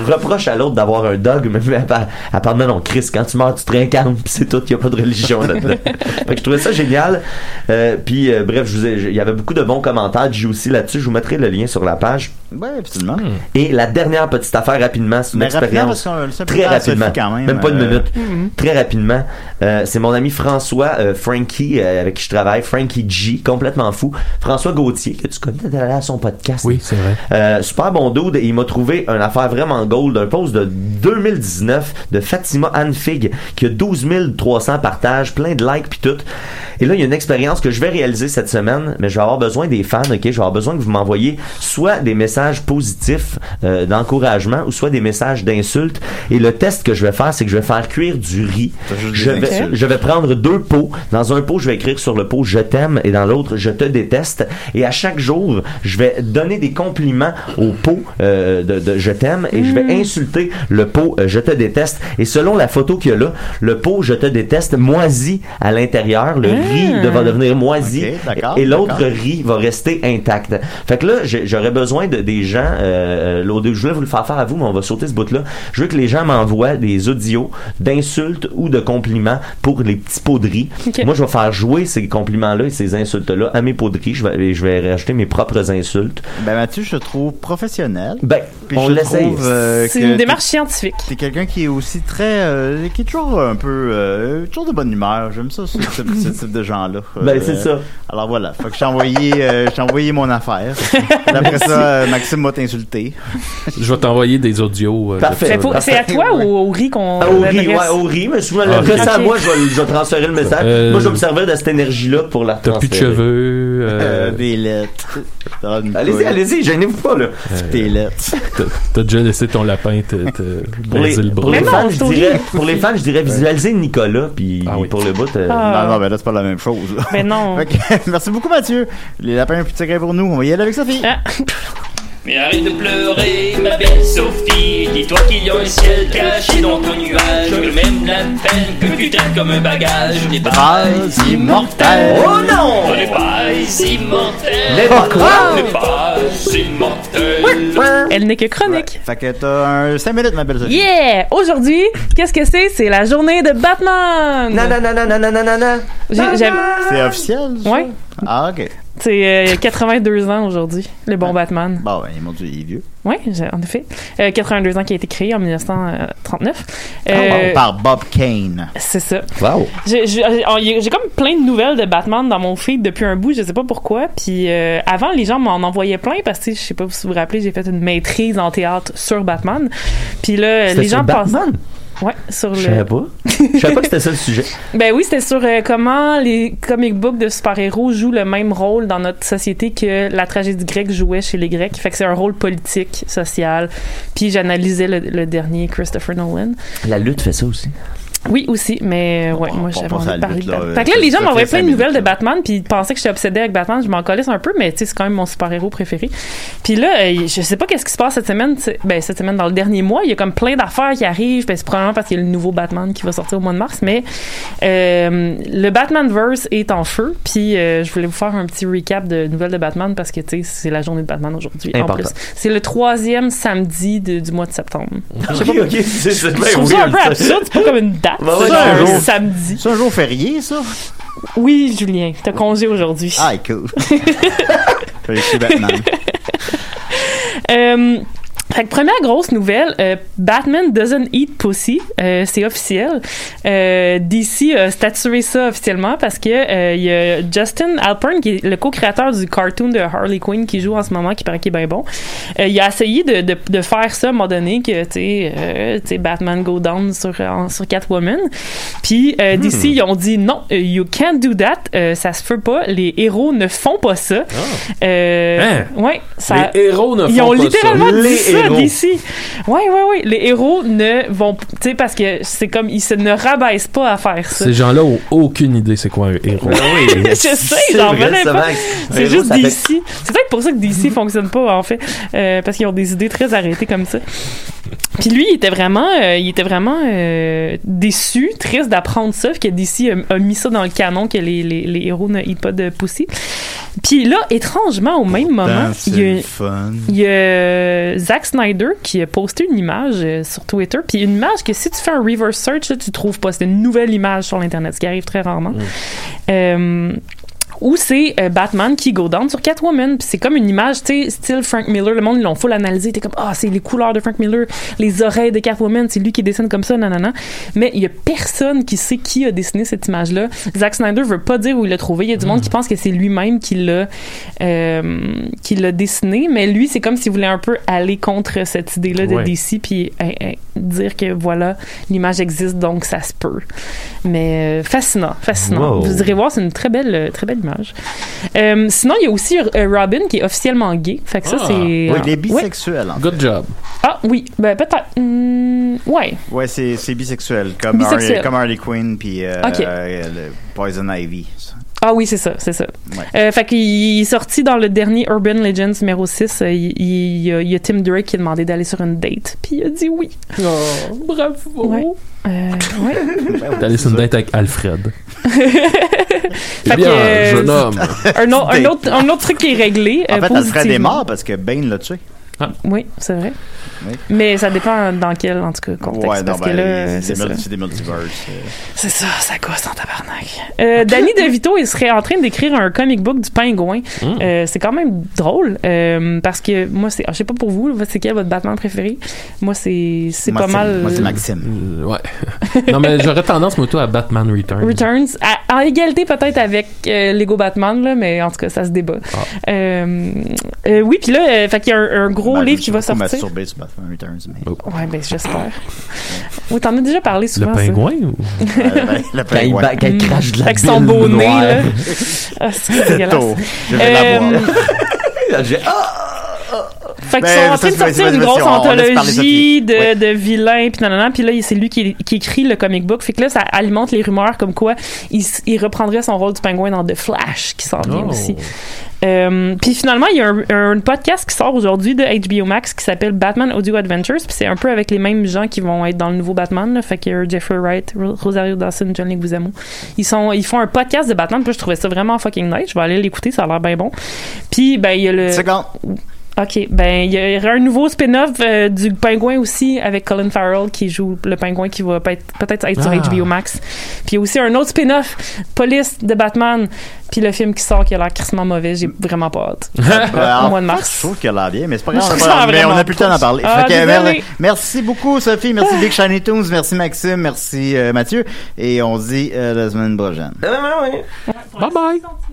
Speaker 4: elle reproche à l'autre d'avoir un dogme, mais elle, par- elle parle, non, non, Chris, quand tu meurs, tu te réincarnes, pis c'est tout, il a pas de
Speaker 1: [LAUGHS]
Speaker 4: religion là-dedans. fait que je trouvais ça génial. Euh, puis, euh, bref, je vous ai- je- il y avait beaucoup de bons commentaires, j'ai aussi là-dessus, je vous mettrai le lien sur la page.
Speaker 1: Oui, absolument.
Speaker 4: Et la dernière petite affaire rapidement, c'est une
Speaker 1: Mais rapidement,
Speaker 4: expérience
Speaker 1: parce qu'on le sait
Speaker 4: très
Speaker 1: pas, Sophie,
Speaker 4: rapidement,
Speaker 1: quand
Speaker 4: même,
Speaker 1: même,
Speaker 4: pas une
Speaker 1: euh,
Speaker 4: minute, très rapidement. Euh, c'est mon ami François euh, Frankie euh, avec qui je travaille, Frankie G, complètement fou. François Gauthier que tu connais d'aller à son podcast.
Speaker 3: Oui, c'est vrai.
Speaker 4: Euh, super bon dude et il m'a trouvé une affaire vraiment gold, un post de 2019 de Fatima Anne Fig qui a 12 300 partages, plein de likes puis tout. Et là, il y a une expérience que je vais réaliser cette semaine, mais je vais avoir besoin des fans, ok? Je vais avoir besoin que vous m'envoyiez soit des messages positifs euh, d'encouragement ou soit des messages d'insultes. Et le test que je vais faire, c'est que je vais faire cuire du riz.
Speaker 1: T'as juste des
Speaker 4: Je vais,
Speaker 1: insultes.
Speaker 4: je vais prendre deux pots. Dans un pot, je vais écrire sur le pot je t'aime et dans l'autre je te déteste. Et à chaque jour, je vais donner des compliments au pot euh, de, de je t'aime et je
Speaker 1: Hmm.
Speaker 4: vais insulter le pot euh, je te déteste. Et selon la photo qu'il y a là, le pot je te déteste moisit à l'intérieur, le riz de- va devenir moisi
Speaker 1: Hmm. Ok, d'accord,
Speaker 4: et l'autre
Speaker 1: d'accord.
Speaker 4: riz va rester intact. Fait que là, j'ai- j'aurais besoin de des gens. Euh, l'audio- je voulais vous le faire faire à vous, mais on va sauter ce bout-là. Je veux que les gens m'envoient des audios d'insultes ou de compliments pour les petits poderies.
Speaker 2: Ok.
Speaker 4: Moi, je vais faire jouer ces compliments-là et ces insultes-là à mes poderies. Je vais, et je vais rajouter mes propres insultes.
Speaker 1: Ben Mathieu, je te trouve professionnel.
Speaker 4: Ben,
Speaker 1: Puis
Speaker 4: on
Speaker 1: je
Speaker 4: l'essaye.
Speaker 1: trouve, euh,
Speaker 2: c'est
Speaker 1: que
Speaker 2: une
Speaker 1: t'es-
Speaker 2: démarche scientifique.
Speaker 1: T'es quelqu'un qui est aussi très, euh, qui est toujours un peu, euh, toujours de bonne humeur. J'aime ça, ce, ce- ce type de gens-là.
Speaker 4: Ben,
Speaker 1: Euh,
Speaker 4: c'est ça.
Speaker 1: Alors voilà, faut que j'ai envoyé, euh, j'ai envoyé mon
Speaker 4: [LAUGHS]
Speaker 1: affaire. Puis Après ça, euh, Maxime m'a t'insulté.
Speaker 3: Je vais t'envoyer des audios. euh,
Speaker 4: Parfait.
Speaker 2: C'est
Speaker 4: Fait-
Speaker 3: là-dessus.
Speaker 2: faut- c'est à toi
Speaker 1: Ouais.
Speaker 2: ou au riz qu'on
Speaker 4: Ah, Au riz, ouais,
Speaker 2: l'adresse?
Speaker 4: au riz, mais si vous me l'adressez
Speaker 2: ben, Ah,
Speaker 4: à
Speaker 2: ok.
Speaker 4: moi, je vais, je vais transférer le message.
Speaker 3: Euh,
Speaker 4: moi, je vais me servir de cette énergie-là pour la
Speaker 3: T'as plus de
Speaker 4: transférer.
Speaker 3: cheveux. euh,
Speaker 1: Euh, des lettres. Ça donne une
Speaker 4: Allez-y,
Speaker 1: couille.
Speaker 4: allez-y, gênez-vous pas, là.
Speaker 1: Des lettres.
Speaker 3: t'as- T'as déjà laissé ton lapin te, te
Speaker 4: Pour les,
Speaker 3: briser le
Speaker 4: pour
Speaker 3: bras.
Speaker 4: les
Speaker 2: Mais non,
Speaker 4: fans, je
Speaker 2: c'est au
Speaker 4: dirais,
Speaker 2: riz.
Speaker 4: pour les fans, je dirais visualiser Nicolas, puis
Speaker 3: Ah oui.
Speaker 4: pour le bout, euh,
Speaker 2: Ah.
Speaker 1: Non, non, ben là, c'est pas la même chose. là. [LAUGHS]
Speaker 2: Ben non.
Speaker 1: Fait que, merci beaucoup, Mathieu. Les lapins, plus de secret pour nous. On va y aller avec Sophie.
Speaker 2: Ah.
Speaker 7: Mais arrête de pleurer, ma belle Sophie. Dis-toi qu'il y a un ciel caché dans ton nuage. Que même la peine que tu traînes comme un bagage. On n'est pas
Speaker 1: Phrases immortelles.
Speaker 4: Oh non!
Speaker 7: On n'est pas immortel.
Speaker 4: Mais pourquoi?
Speaker 7: On n'est pas immortel.
Speaker 2: Elle n'est que chronique.
Speaker 1: Fait que t'as un 5 minutes, ma belle Sophie.
Speaker 2: Yeah! Aujourd'hui, qu'est-ce que c'est? C'est la journée de Batman!
Speaker 4: Nananananananana.
Speaker 2: J'ai- j'aime-
Speaker 1: C'est officiel? ça?
Speaker 2: Ouais.
Speaker 1: Ah, ok.
Speaker 2: C'est euh, 82 ans aujourd'hui, le bon Batman.
Speaker 1: Bon, ben, mon Dieu, il est vieux.
Speaker 2: Oui, en effet. Euh, 82 ans qui a été créé en 1939. Euh,
Speaker 1: Par Bob Kane.
Speaker 2: c'est ça.
Speaker 4: Wow.
Speaker 2: J'ai j'ai- oh, j'ai- j'ai comme plein de nouvelles de Batman dans mon feed depuis un bout, je sais pas pourquoi. Puis euh, avant, les gens m'en envoyaient plein parce que je sais pas si vous vous rappelez, j'ai fait une maîtrise en théâtre sur Batman. Puis là, les gens pensent.
Speaker 4: Batman?
Speaker 2: Ouais, sur
Speaker 4: Je savais
Speaker 2: le.
Speaker 4: pas. Je savais pas que c'était ça le sujet.
Speaker 2: Ben oui, c'était sur euh, comment les comic books de super-héros jouent le même rôle dans notre société que la tragédie grecque jouait chez les Grecs. Fait que c'est un rôle politique, social. Puis j'analysais le, le dernier Christopher Nolan.
Speaker 4: La lutte fait ça aussi.
Speaker 2: Oui, aussi, mais euh, ouais,
Speaker 1: on
Speaker 2: moi j'avais
Speaker 1: pense
Speaker 2: envie
Speaker 1: à
Speaker 2: de
Speaker 1: la
Speaker 2: parler
Speaker 1: lutte,
Speaker 2: de
Speaker 1: là,
Speaker 2: Batman.
Speaker 1: euh,
Speaker 2: Fait que là,
Speaker 1: ça-
Speaker 2: les gens
Speaker 1: ça
Speaker 2: m'envoyaient
Speaker 1: fait cinq
Speaker 2: plein de nouvelles de
Speaker 1: minutes, là.
Speaker 2: Batman, puis ils pensaient que j'étais obsédée avec Batman. Je m'en collais un peu, mais tu sais, c'est quand même mon super-héros préféré. Puis là, euh, je sais pas qu'est-ce qui se passe cette semaine, tu sais, ben cette semaine, dans le dernier mois, il y a comme plein d'affaires qui arrivent, ben c'est probablement parce qu'il y a le nouveau Batman qui va sortir au mois de mars, mais euh, le Batmanverse est en feu, puis euh, je voulais vous faire un petit recap de nouvelles de Batman parce que, tu sais, c'est la journée de Batman aujourd'hui, en
Speaker 4: Important.
Speaker 2: plus. C'est le troisième samedi de- du mois de septembre. Je sais pas
Speaker 4: [LAUGHS] Ok, ok, c'est c'est
Speaker 1: Ben
Speaker 2: je
Speaker 4: bien
Speaker 2: trouve ça un
Speaker 4: weird,
Speaker 2: peu
Speaker 4: ça.
Speaker 2: absurde, c'est pas comme une date,
Speaker 4: Ouais,
Speaker 2: c'est genre
Speaker 4: ouais,
Speaker 1: Bah c'est un
Speaker 2: un
Speaker 1: jour.
Speaker 2: samedi.
Speaker 1: C'est un jour férié,
Speaker 2: [LAUGHS]
Speaker 1: ça?
Speaker 2: Oui, Julien, t'as congé aujourd'hui.
Speaker 1: Ah,
Speaker 2: [LAUGHS]
Speaker 1: cool. Je suis Batman.
Speaker 2: Euh, fait que première grosse nouvelle, euh, Batman doesn't eat pussy, Euh, c'est officiel. Euh, DC a statué ça officiellement parce que euh, il y a Justin Alpern qui est le co-créateur du cartoon de Harley Quinn qui joue en ce moment, qui paraît qu'il est bien bon. Euh, il a essayé de, de, de faire ça à un moment donné que tu sais, euh, tu sais, Batman go down sur en- sur Catwoman. Puis euh,
Speaker 3: Hmm.
Speaker 2: DC ils ont dit non, euh, you can't do that, Euh, ça se peut pas, les héros ne font pas ça. Euh,
Speaker 3: Hein?
Speaker 2: Ouais, ça.
Speaker 3: Les héros ne
Speaker 2: Ils
Speaker 3: font
Speaker 2: ont
Speaker 3: pas
Speaker 2: littéralement
Speaker 3: ça.
Speaker 2: dit
Speaker 3: Les
Speaker 2: ça
Speaker 3: héros.
Speaker 2: d'ici. Ouais, ouais, ouais. Les héros ne vont, tu sais, parce que c'est comme ils se ne rabaissent pas à faire ça.
Speaker 3: Ces gens-là ont aucune idée c'est quoi un
Speaker 4: Ah
Speaker 3: héros.
Speaker 4: [LAUGHS]
Speaker 2: Je sais, j'en revenais pas. C'est juste
Speaker 4: des
Speaker 2: d'ici. C'est peut-être pour ça que
Speaker 3: [LAUGHS]
Speaker 2: DC fonctionne pas en fait, Euh, parce qu'ils ont des idées très arrêtées comme ça. Puis lui, il était vraiment, euh, il était vraiment euh, déçu, triste d'apprendre ça, que DC a, a mis ça dans le canon que les, les, les héros ne hit pas de pussy. Puis là, étrangement, au même moment,
Speaker 1: Putain,
Speaker 2: il y a
Speaker 1: c'est fun.
Speaker 2: il y a euh, Zack Snyder qui a posté une image euh, sur Twitter, puis une image que si tu fais un reverse search, là, tu trouves pas. C'est une nouvelle image sur l'internet, ce qui arrive très rarement. Euh, où c'est euh, Batman qui go down sur Catwoman, puis c'est comme une image, tu sais, style Frank Miller, le monde ils l'ont full analysé, t'es comme ah c'est les couleurs de Frank Miller, les oreilles de Catwoman, c'est lui qui dessine comme ça, nanana. Mais il y a personne qui sait qui a dessiné cette image là. Zack Snyder veut pas dire où il l'a trouvé. Il y a du monde qui pense que c'est lui-même qui l'a euh, qui l'a dessiné, mais lui c'est comme s'il voulait un peu aller contre cette idée là de
Speaker 3: Ouais.
Speaker 2: DC puis hein, hein, dire que voilà l'image existe donc ça se peut. Mais euh, fascinant, fascinant.
Speaker 4: Wow.
Speaker 2: Vous irez voir, c'est une très belle euh, très belle image. Euh, sinon, il y a aussi euh, Robin qui est officiellement gay. Fait que ça,
Speaker 3: Ah.
Speaker 2: c'est. euh,
Speaker 1: Oui, il est
Speaker 2: Ouais.
Speaker 1: bisexuel. en fait.
Speaker 3: Good job.
Speaker 2: Ah oui, ben peut-être. Hmm, ouais.
Speaker 1: Ouais, c'est c'est bisexuel. Comme,
Speaker 2: Bisexuel.
Speaker 1: Harley, comme Harley Quinn puis euh,
Speaker 2: Ok.
Speaker 1: euh, le Poison Ivy. ça.
Speaker 2: Ah oui, c'est ça, c'est ça.
Speaker 1: Ouais.
Speaker 2: Euh, fait qu'il est sorti dans le dernier Urban Legends numéro 6. euh, Il, il- il y a- il y a Tim Drake qui a demandé d'aller sur une date, puis il a dit oui.
Speaker 3: bravo.
Speaker 2: Ouais. Euh,
Speaker 3: [LAUGHS]
Speaker 2: ouais.
Speaker 3: T'as allé sur une date avec Alfred.
Speaker 2: Fait
Speaker 3: Eh bien,
Speaker 2: que, euh,
Speaker 3: jeune homme.
Speaker 2: un, au- un autre, un autre truc qui est réglé.
Speaker 1: En
Speaker 2: euh,
Speaker 1: fait, Alfred est
Speaker 2: positivement.
Speaker 1: mort parce que Bane l'a tué.
Speaker 2: Oui, c'est vrai.
Speaker 1: Oui.
Speaker 2: Mais ça dépend dans quel, en tout cas, contexte.
Speaker 1: ouais, non,
Speaker 2: parce
Speaker 1: ben,
Speaker 2: que là,
Speaker 1: il-
Speaker 2: c'est
Speaker 1: c'est des
Speaker 2: ça.
Speaker 1: mul- c'est des multiverses. euh.
Speaker 2: C'est ça, ça gosse en tabarnak. Euh, Danny DeVito, il serait en train d'écrire un comic book du pingouin.
Speaker 1: Hum.
Speaker 2: Euh, c'est quand même drôle euh, parce que moi, c'est, je sais pas pour vous, c'est quel votre Batman préféré? Moi, c'est, c'est
Speaker 1: Moi,
Speaker 2: pas mal.
Speaker 1: Moi, c'est Maxime.
Speaker 3: Euh, ouais. non, mais j'aurais tendance, moi, toi, à Batman Returns.
Speaker 2: Returns, à- en égalité peut-être avec euh, Lego Batman, là, mais en tout cas, ça se débat.
Speaker 1: Ah.
Speaker 2: Euh, euh, oui, puis là, euh, fait qu'il y a un, un gros
Speaker 1: Ben, je
Speaker 2: livre
Speaker 1: me
Speaker 2: qui va
Speaker 1: suis beaucoup
Speaker 2: sortir.
Speaker 1: masturbé sur Batman Returns, mais-
Speaker 2: Ouais, ben j'espère. oui, t'en as déjà parlé
Speaker 3: Le
Speaker 2: souvent. ça.
Speaker 3: pingouin ou...
Speaker 1: Euh, [LAUGHS] ben, le
Speaker 4: Quand il,
Speaker 1: pingouin.
Speaker 4: ba- quand il crache de
Speaker 2: Hmm.
Speaker 4: la
Speaker 2: Avec son
Speaker 4: bile
Speaker 2: beau nez,
Speaker 4: noire. [LAUGHS]
Speaker 2: là. Ah, c'est dégueulasse.
Speaker 1: [LAUGHS]
Speaker 2: Euh,
Speaker 1: Tôt. Je vais l'avoir. [LAUGHS]
Speaker 4: J'ai- ah,
Speaker 2: Fait qu'ils
Speaker 1: Ben,
Speaker 2: sont en
Speaker 1: ça,
Speaker 2: train de
Speaker 1: c'est- vas-y,
Speaker 2: sortir
Speaker 1: vas-y,
Speaker 2: une
Speaker 1: vas-y,
Speaker 2: grosse
Speaker 1: on- on laisse parler
Speaker 2: anthologie
Speaker 1: Sophie.
Speaker 2: de,
Speaker 1: Ouais.
Speaker 2: de vilains, puis nanana, puis là, c'est lui qui, qui écrit le comic book. Fait que là, ça alimente les rumeurs comme quoi il, s- il reprendrait son rôle du pingouin dans The Flash, qui s'en vient
Speaker 3: Oh.
Speaker 2: aussi. Euh, puis finalement, il y a un, un podcast qui sort aujourd'hui de HBO Max qui s'appelle Batman Audio Adventures. Puis c'est un peu avec les mêmes gens qui vont être dans le nouveau Batman. Là. Fait qu'il y a Jeffrey Wright, Ro- Rosario Dawson, John Leguizamo. Ils sont, ils font un podcast de Batman. Puis je trouvais ça vraiment fucking nice. Je vais aller l'écouter, ça a l'air bien bon. Puis ben il y a le.
Speaker 1: Seconde.
Speaker 2: Ok, ben il y aura un nouveau spin-off euh, du Pingouin aussi avec Colin Farrell qui joue le Pingouin qui va peut- peut-être être sur
Speaker 3: Ah.
Speaker 2: HBO Max. Puis il y a aussi un autre spin-off Police de Batman. Puis le film qui sort qui a l'air crissement mauvais, j'ai vraiment pas hâte.
Speaker 1: Ben,
Speaker 2: Au mois de
Speaker 1: en-
Speaker 2: mars.
Speaker 1: Je trouve qu'elle a bien, mais c'est pas grave.
Speaker 2: Je trouve
Speaker 1: c'est pas
Speaker 2: ça
Speaker 1: grave, mais on
Speaker 2: vraiment
Speaker 1: a plus le temps d'en
Speaker 2: poche.
Speaker 1: parler. Fait
Speaker 2: Ah,
Speaker 1: que,
Speaker 2: désolé. Ah.
Speaker 1: merci, merci beaucoup, Sophie. Merci Big Shiny Tunes. Merci Maxime. Merci euh, Mathieu. Et on se dit euh, la semaine prochaine.
Speaker 4: non, non, non, non.
Speaker 3: Bye-bye.